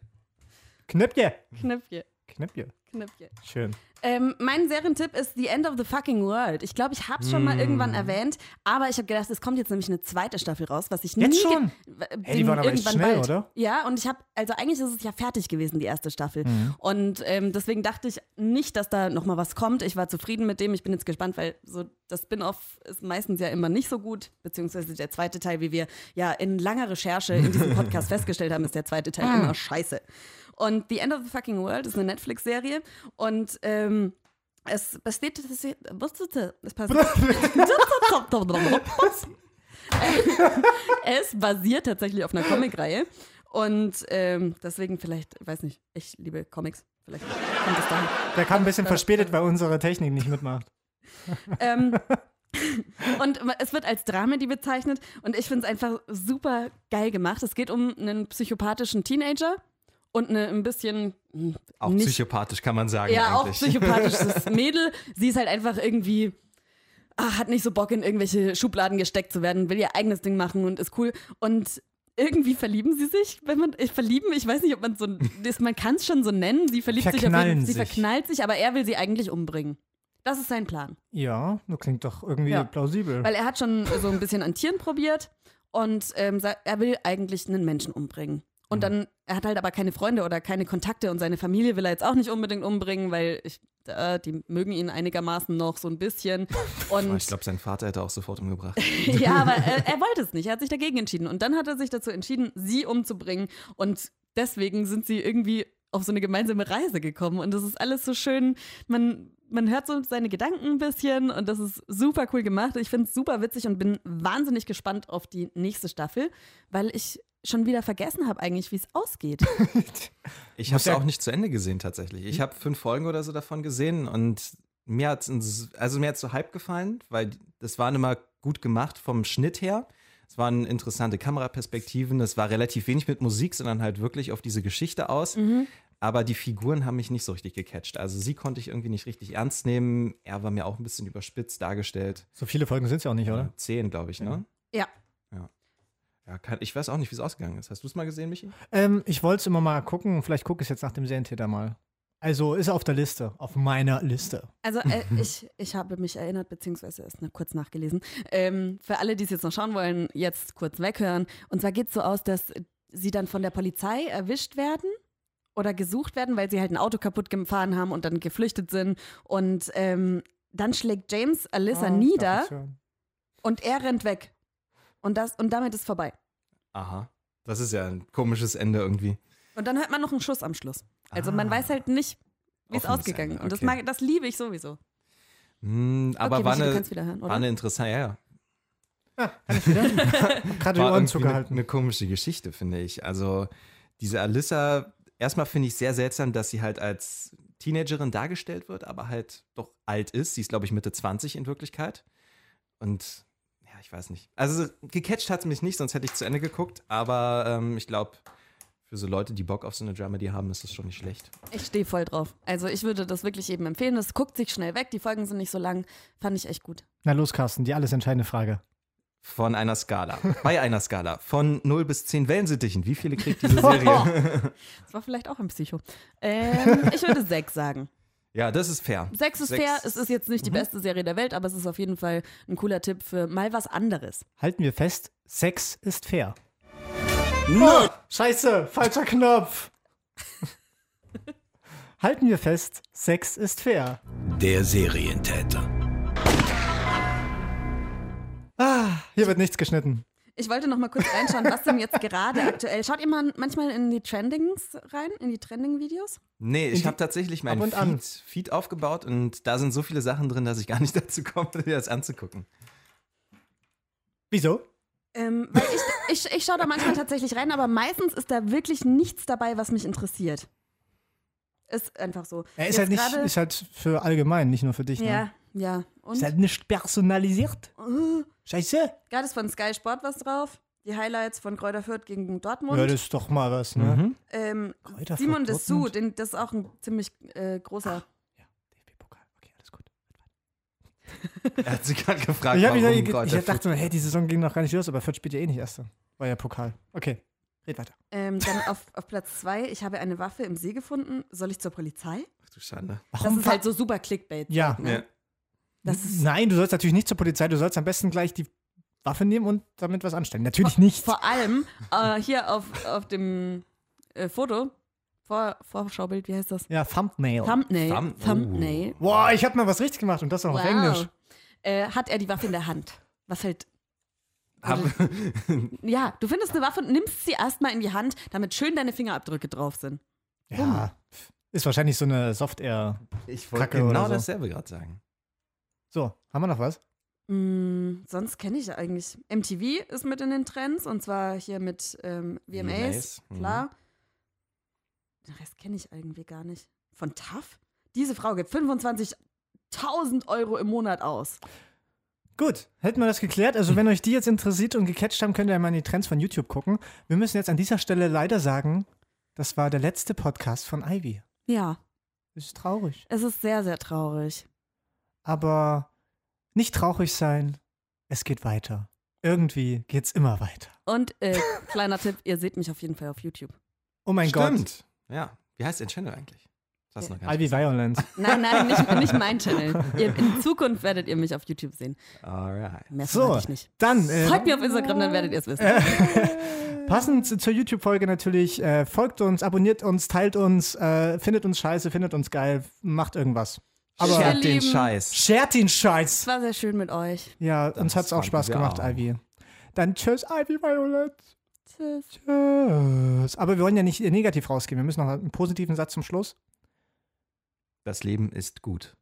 S2: Knöpfje.
S4: Knöpfchen,
S2: Knöpfje.
S4: Knöpfchen.
S2: Schön.
S4: Ähm, mein Serientipp ist The End of the Fucking World. Ich glaube, ich habe es schon mal irgendwann erwähnt, aber ich habe gedacht, es kommt jetzt nämlich eine zweite Staffel raus, was ich nie ge-
S2: schon?
S4: w-
S2: Hey, die waren aber echt
S4: irgendwann
S2: schnell,
S4: bald.
S2: oder?
S4: Ja, und ich habe also eigentlich ist es ja fertig gewesen die erste Staffel
S2: Mhm.
S4: und ähm, deswegen dachte ich nicht, dass da noch mal was kommt. Ich war zufrieden mit dem. Ich bin jetzt gespannt, weil so das Spin-off ist meistens ja immer nicht so gut, beziehungsweise der zweite Teil, wie wir ja in langer Recherche in diesem
S2: [LAUGHS]
S4: Podcast festgestellt haben, ist der zweite
S2: Ah.
S4: Teil immer scheiße. Und The End of the Fucking World ist eine Netflix-Serie und ähm, Es besteht. Es ist-
S2: [LAUGHS]
S4: es passt- [LAUGHS] Es basiert tatsächlich auf einer Comicreihe. Und ähm, deswegen vielleicht, weiß nicht, ich liebe Comics. Vielleicht kommt es dahin.
S2: Der kam ein bisschen verspätet, weil unsere Technik nicht mitmacht.
S4: Ähm, [LAUGHS] und es wird als Dramedy bezeichnet und ich finde es einfach super geil gemacht. Es geht um einen psychopathischen Teenager und eine ein bisschen hm,
S3: Auch
S4: nicht,
S3: psychopathisch kann man sagen.
S4: ja, auch
S3: eigentlich.
S2: [LAUGHS]
S4: psychopathisches Mädel. Sie ist halt einfach irgendwie ah, hat nicht so Bock in irgendwelche Schubladen gesteckt zu werden, will ihr eigenes Ding machen und ist cool und irgendwie verlieben sie sich, wenn man äh, verlieben, ich weiß nicht, ob man so das, man kann es schon so nennen, sie verliebt sich auf
S2: Verknallen
S4: jeden, sie
S2: sich.
S4: verknallt sich, aber er will sie eigentlich umbringen. Das ist sein Plan.
S2: Ja, das klingt doch irgendwie
S4: Ja.
S2: plausibel.
S4: Weil er hat schon so ein bisschen an Tieren probiert und ähm, sa- er will eigentlich einen Menschen umbringen. Und dann, er hat halt aber keine Freunde oder keine Kontakte und seine Familie will er jetzt auch nicht unbedingt umbringen, weil ich, äh, die mögen ihn einigermaßen noch so ein bisschen.
S3: Aber
S4: Und
S3: Ich glaube, sein Vater hätte auch sofort umgebracht. [LAUGHS]
S4: ja, aber äh, er wollte es nicht, er hat sich dagegen entschieden. Und dann hat er sich dazu entschieden, sie umzubringen. Und deswegen sind sie irgendwie auf so eine gemeinsame Reise gekommen. Und das ist alles so schön. Man, man hört so seine Gedanken ein bisschen und das ist super cool gemacht. Ich finde es super witzig und bin wahnsinnig gespannt auf die nächste Staffel, weil ich schon wieder vergessen habe eigentlich, wie es ausgeht.
S3: Ich habe es
S2: ja-
S3: auch nicht zu Ende gesehen tatsächlich.
S4: Hm.
S3: Ich habe fünf Folgen oder so davon gesehen und mir hat es also mir hat's so halb gefallen, weil das waren immer gut gemacht vom Schnitt her. Es waren interessante Kameraperspektiven, es war relativ wenig mit Musik, sondern halt wirklich auf diese Geschichte aus.
S4: Mhm.
S3: Aber die Figuren haben mich nicht so richtig gecatcht. Also sie konnte ich irgendwie nicht richtig ernst nehmen. Er war mir auch ein bisschen überspitzt dargestellt. Äh,
S2: So viele Folgen sind es ja auch nicht, oder?
S3: Zehn, glaube ich, ne?
S4: Ja.
S3: Ja. ja kann, ich weiß auch nicht, wie es ausgegangen ist. Hast du es mal gesehen, Michi?
S2: Ähm, ich wollte es immer mal gucken. Vielleicht gucke ich es jetzt nach dem Serientäter mal. Also ist er auf der Liste. Auf meiner Liste.
S3: [LAUGHS]
S4: Also äh, ich, ich habe mich erinnert, beziehungsweise erst noch kurz nachgelesen. Ähm, für alle, die es jetzt noch schauen wollen, jetzt kurz weghören. Und zwar geht es so aus, dass sie dann von der Polizei erwischt werden oder gesucht werden, weil sie halt ein Auto kaputt gefahren haben und dann geflüchtet sind. Und ähm, dann schlägt James
S2: Ah,
S3: Ah,
S4: Alyssa nieder und er rennt weg. Und, das, und damit ist vorbei.
S3: Aha. Das ist ja ein komisches Ende irgendwie.
S4: Und dann hört man noch einen Schuss am Schluss. Also man
S3: Ah.
S4: weiß halt nicht, wie es
S3: Offenes
S4: ausgegangen ist.
S3: Ende,
S4: Und das,
S3: okay.
S4: mag, das liebe ich sowieso.
S3: Hm, aber
S4: okay,
S3: war,
S4: Michi, du
S3: eine,
S4: kannst wieder hören,
S3: war
S4: oder?
S3: eine interessante, ja, ja.
S2: Gerade die
S3: War
S2: Ohren
S3: irgendwie eine,
S2: zugehalten.
S3: eine komische Geschichte, finde ich. Also diese Alyssa, erstmal finde ich sehr seltsam, dass sie halt als Teenagerin dargestellt wird, aber halt doch alt ist. Sie ist, glaube ich, Mitte 20 in Wirklichkeit. Und ja, ich weiß nicht. Also gecatcht hat es mich nicht, sonst hätte ich zu Ende geguckt. Aber ähm, ich glaube, für so Leute, die Bock auf so eine Dramedy haben, ist das schon nicht schlecht.
S4: Ich stehe voll drauf. Also ich würde das wirklich eben empfehlen. Das guckt sich schnell weg, die Folgen sind nicht so lang. Fand ich echt gut.
S2: Na los, Carsten, die alles entscheidende Frage.
S3: Von einer
S4: [LAUGHS]
S3: Skala. Bei einer Skala. Von 0 bis 10 Wellensittichen. Wie viele kriegt
S4: [LAUGHS]
S3: diese Serie?
S4: Das war vielleicht auch ein Psycho. Ähm, [LAUGHS] ich würde sechs sagen.
S3: ja, das ist fair.
S4: Sechs ist fair, es ist jetzt
S2: Mhm.
S4: nicht die beste Serie der Welt, aber es ist auf jeden Fall ein cooler Tipp für mal was anderes.
S2: Halten wir fest, Sex ist fair. Oh,
S1: Nerd.
S2: Scheiße, falscher Knopf. [LAUGHS] Halten wir fest, Sex ist fair.
S9: Der Serientäter.
S2: Hier wird nichts geschnitten.
S4: Ich wollte noch mal kurz reinschauen, was denn jetzt gerade aktuell. Schaut ihr mal manchmal in die Trendings rein, in die Trending-Videos?
S3: Nee,
S2: In
S3: ich
S2: die-
S3: habe tatsächlich
S2: Ab
S3: meinen
S2: und an.
S3: Feed, Feed aufgebaut und da sind so viele Sachen drin, dass ich gar nicht [LAUGHS] dazu komme, mir das anzugucken.
S2: Wieso?
S4: Ähm, weil ich, ich, ich schaue da manchmal tatsächlich rein, aber meistens ist da wirklich nichts dabei, was mich interessiert. Ist einfach so.
S2: Er ist
S4: Jetzt
S2: halt nicht,
S4: gerade-
S2: ist halt für allgemein, nicht nur für dich. Ne?
S4: Ja, Äh. ja. Und
S2: Ist halt nicht personalisiert. Scheiße.
S4: gerade ist von Sky Sport was drauf. Die Highlights von Kräuter Fürth gegen Dortmund.
S2: Ja, das ist doch mal was, ne?
S4: ähm,
S2: Kräuter
S4: Simon
S2: Fürth,
S4: Dessou,
S2: Dortmund.
S4: den, das ist auch ein ziemlich äh, großer.
S2: DFB-Pokal. Okay, alles gut.
S3: Er hat sie gerade gefragt,
S2: Ich, hab,
S3: warum
S2: mich
S3: Kräuter
S2: da- ich, ich
S3: Fürth-
S2: dachte mir, hey, die Saison ging noch gar nicht los, aber Fürth spielt ja eh nicht erste. War ja Pokal. Okay, red weiter.
S4: Ähm, dann auf, auf Platz zwei, ich habe eine Waffe im See gefunden. Soll ich zur Polizei?
S3: Ach
S2: [LAUGHS]
S3: du Schande.
S4: Das ist halt so super Clickbait.
S2: Ja.
S3: Ja.
S4: Das ist
S2: Nein, du sollst natürlich nicht zur Polizei, du sollst am besten gleich die Waffe nehmen und damit was anstellen. Natürlich nicht.
S4: vor allem äh, hier auf, auf dem äh, Foto, vor, Vorschaubild, wie heißt das?
S2: Ja, Thumbnail.
S4: Thumbnail.
S3: Thumb- oh.
S4: Thumbnail.
S2: Boah, ich habe mal was richtig gemacht und das auch auf Englisch.
S4: Äh, hat er die Waffe in der Hand. Was halt.
S3: Hab,
S4: Ja, du findest eine Waffe und nimmst sie erstmal in die Hand, damit schön deine Fingerabdrücke drauf sind.
S2: Ja. Ist wahrscheinlich so eine Software.
S3: Ich wollte
S2: Kacke
S3: genau
S2: oder so.
S3: dasselbe gerade sagen.
S2: So, haben wir noch was?
S4: Mm, sonst kenne ich ja eigentlich. MTV ist mit in den Trends und zwar hier mit ähm, VMAs,
S3: VMAs, mhm.
S4: klar. Den Rest kenne ich irgendwie gar nicht. Von TAF? Diese Frau gibt 25.000 Euro im Monat aus.
S2: Gut, hätten wir das geklärt. Also, wenn euch die jetzt interessiert und gecatcht haben, könnt ihr mal in die Trends von YouTube gucken. Wir müssen jetzt an dieser Stelle leider sagen, das war der letzte Podcast von Ivy.
S4: Ja,
S2: Ist traurig.
S4: es ist sehr, sehr traurig.
S2: Aber nicht traurig sein, es geht weiter. Irgendwie geht's immer weiter.
S4: Und [LAUGHS] äh, kleiner Tipp, ihr seht mich auf jeden Fall auf YouTube.
S2: Oh mein Gott.
S3: Stimmt. Ja. Wie heißt der Channel eigentlich? Das hast du noch gar nicht.
S2: Ivy
S4: [LAUGHS]
S2: Violence.
S4: Nein, nein, nicht, nicht mein Channel. Ihr, in Zukunft werdet ihr mich auf YouTube sehen.
S3: Alright.
S4: Mehr
S2: So.
S4: verrate ich nicht.
S2: Dann äh,
S4: Folgt mir auf Instagram, dann werdet ihr es wissen.
S3: Äh,
S2: Passend zu- zur YouTube-Folge natürlich, äh, folgt uns, abonniert uns, teilt uns, äh, findet uns scheiße, findet uns geil, macht irgendwas. Aber
S4: Ihr
S3: Schert den
S4: Lieben.
S3: Scheiß.
S2: shared den
S4: Es
S2: Scheiß.
S4: war sehr schön mit euch.
S2: Ja, uns hat's auch
S3: fanden
S2: Spaß
S3: wir
S2: gemacht,
S3: auch.
S2: Ivy. Dann tschüss, Ivy Violet.
S4: Tschüss.
S2: Tschüss. Aber wir wollen ja nicht negativ rausgehen. Wir müssen noch einen positiven Satz zum Schluss.
S3: Das Leben ist gut.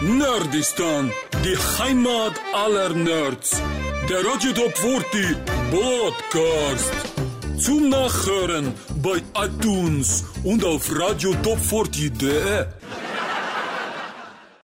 S1: Nerdistan, die Heimat aller Nerds. Der Radio Top 40 Podcast. Zum Nachhören bei iTunes und auf radiotop40.de.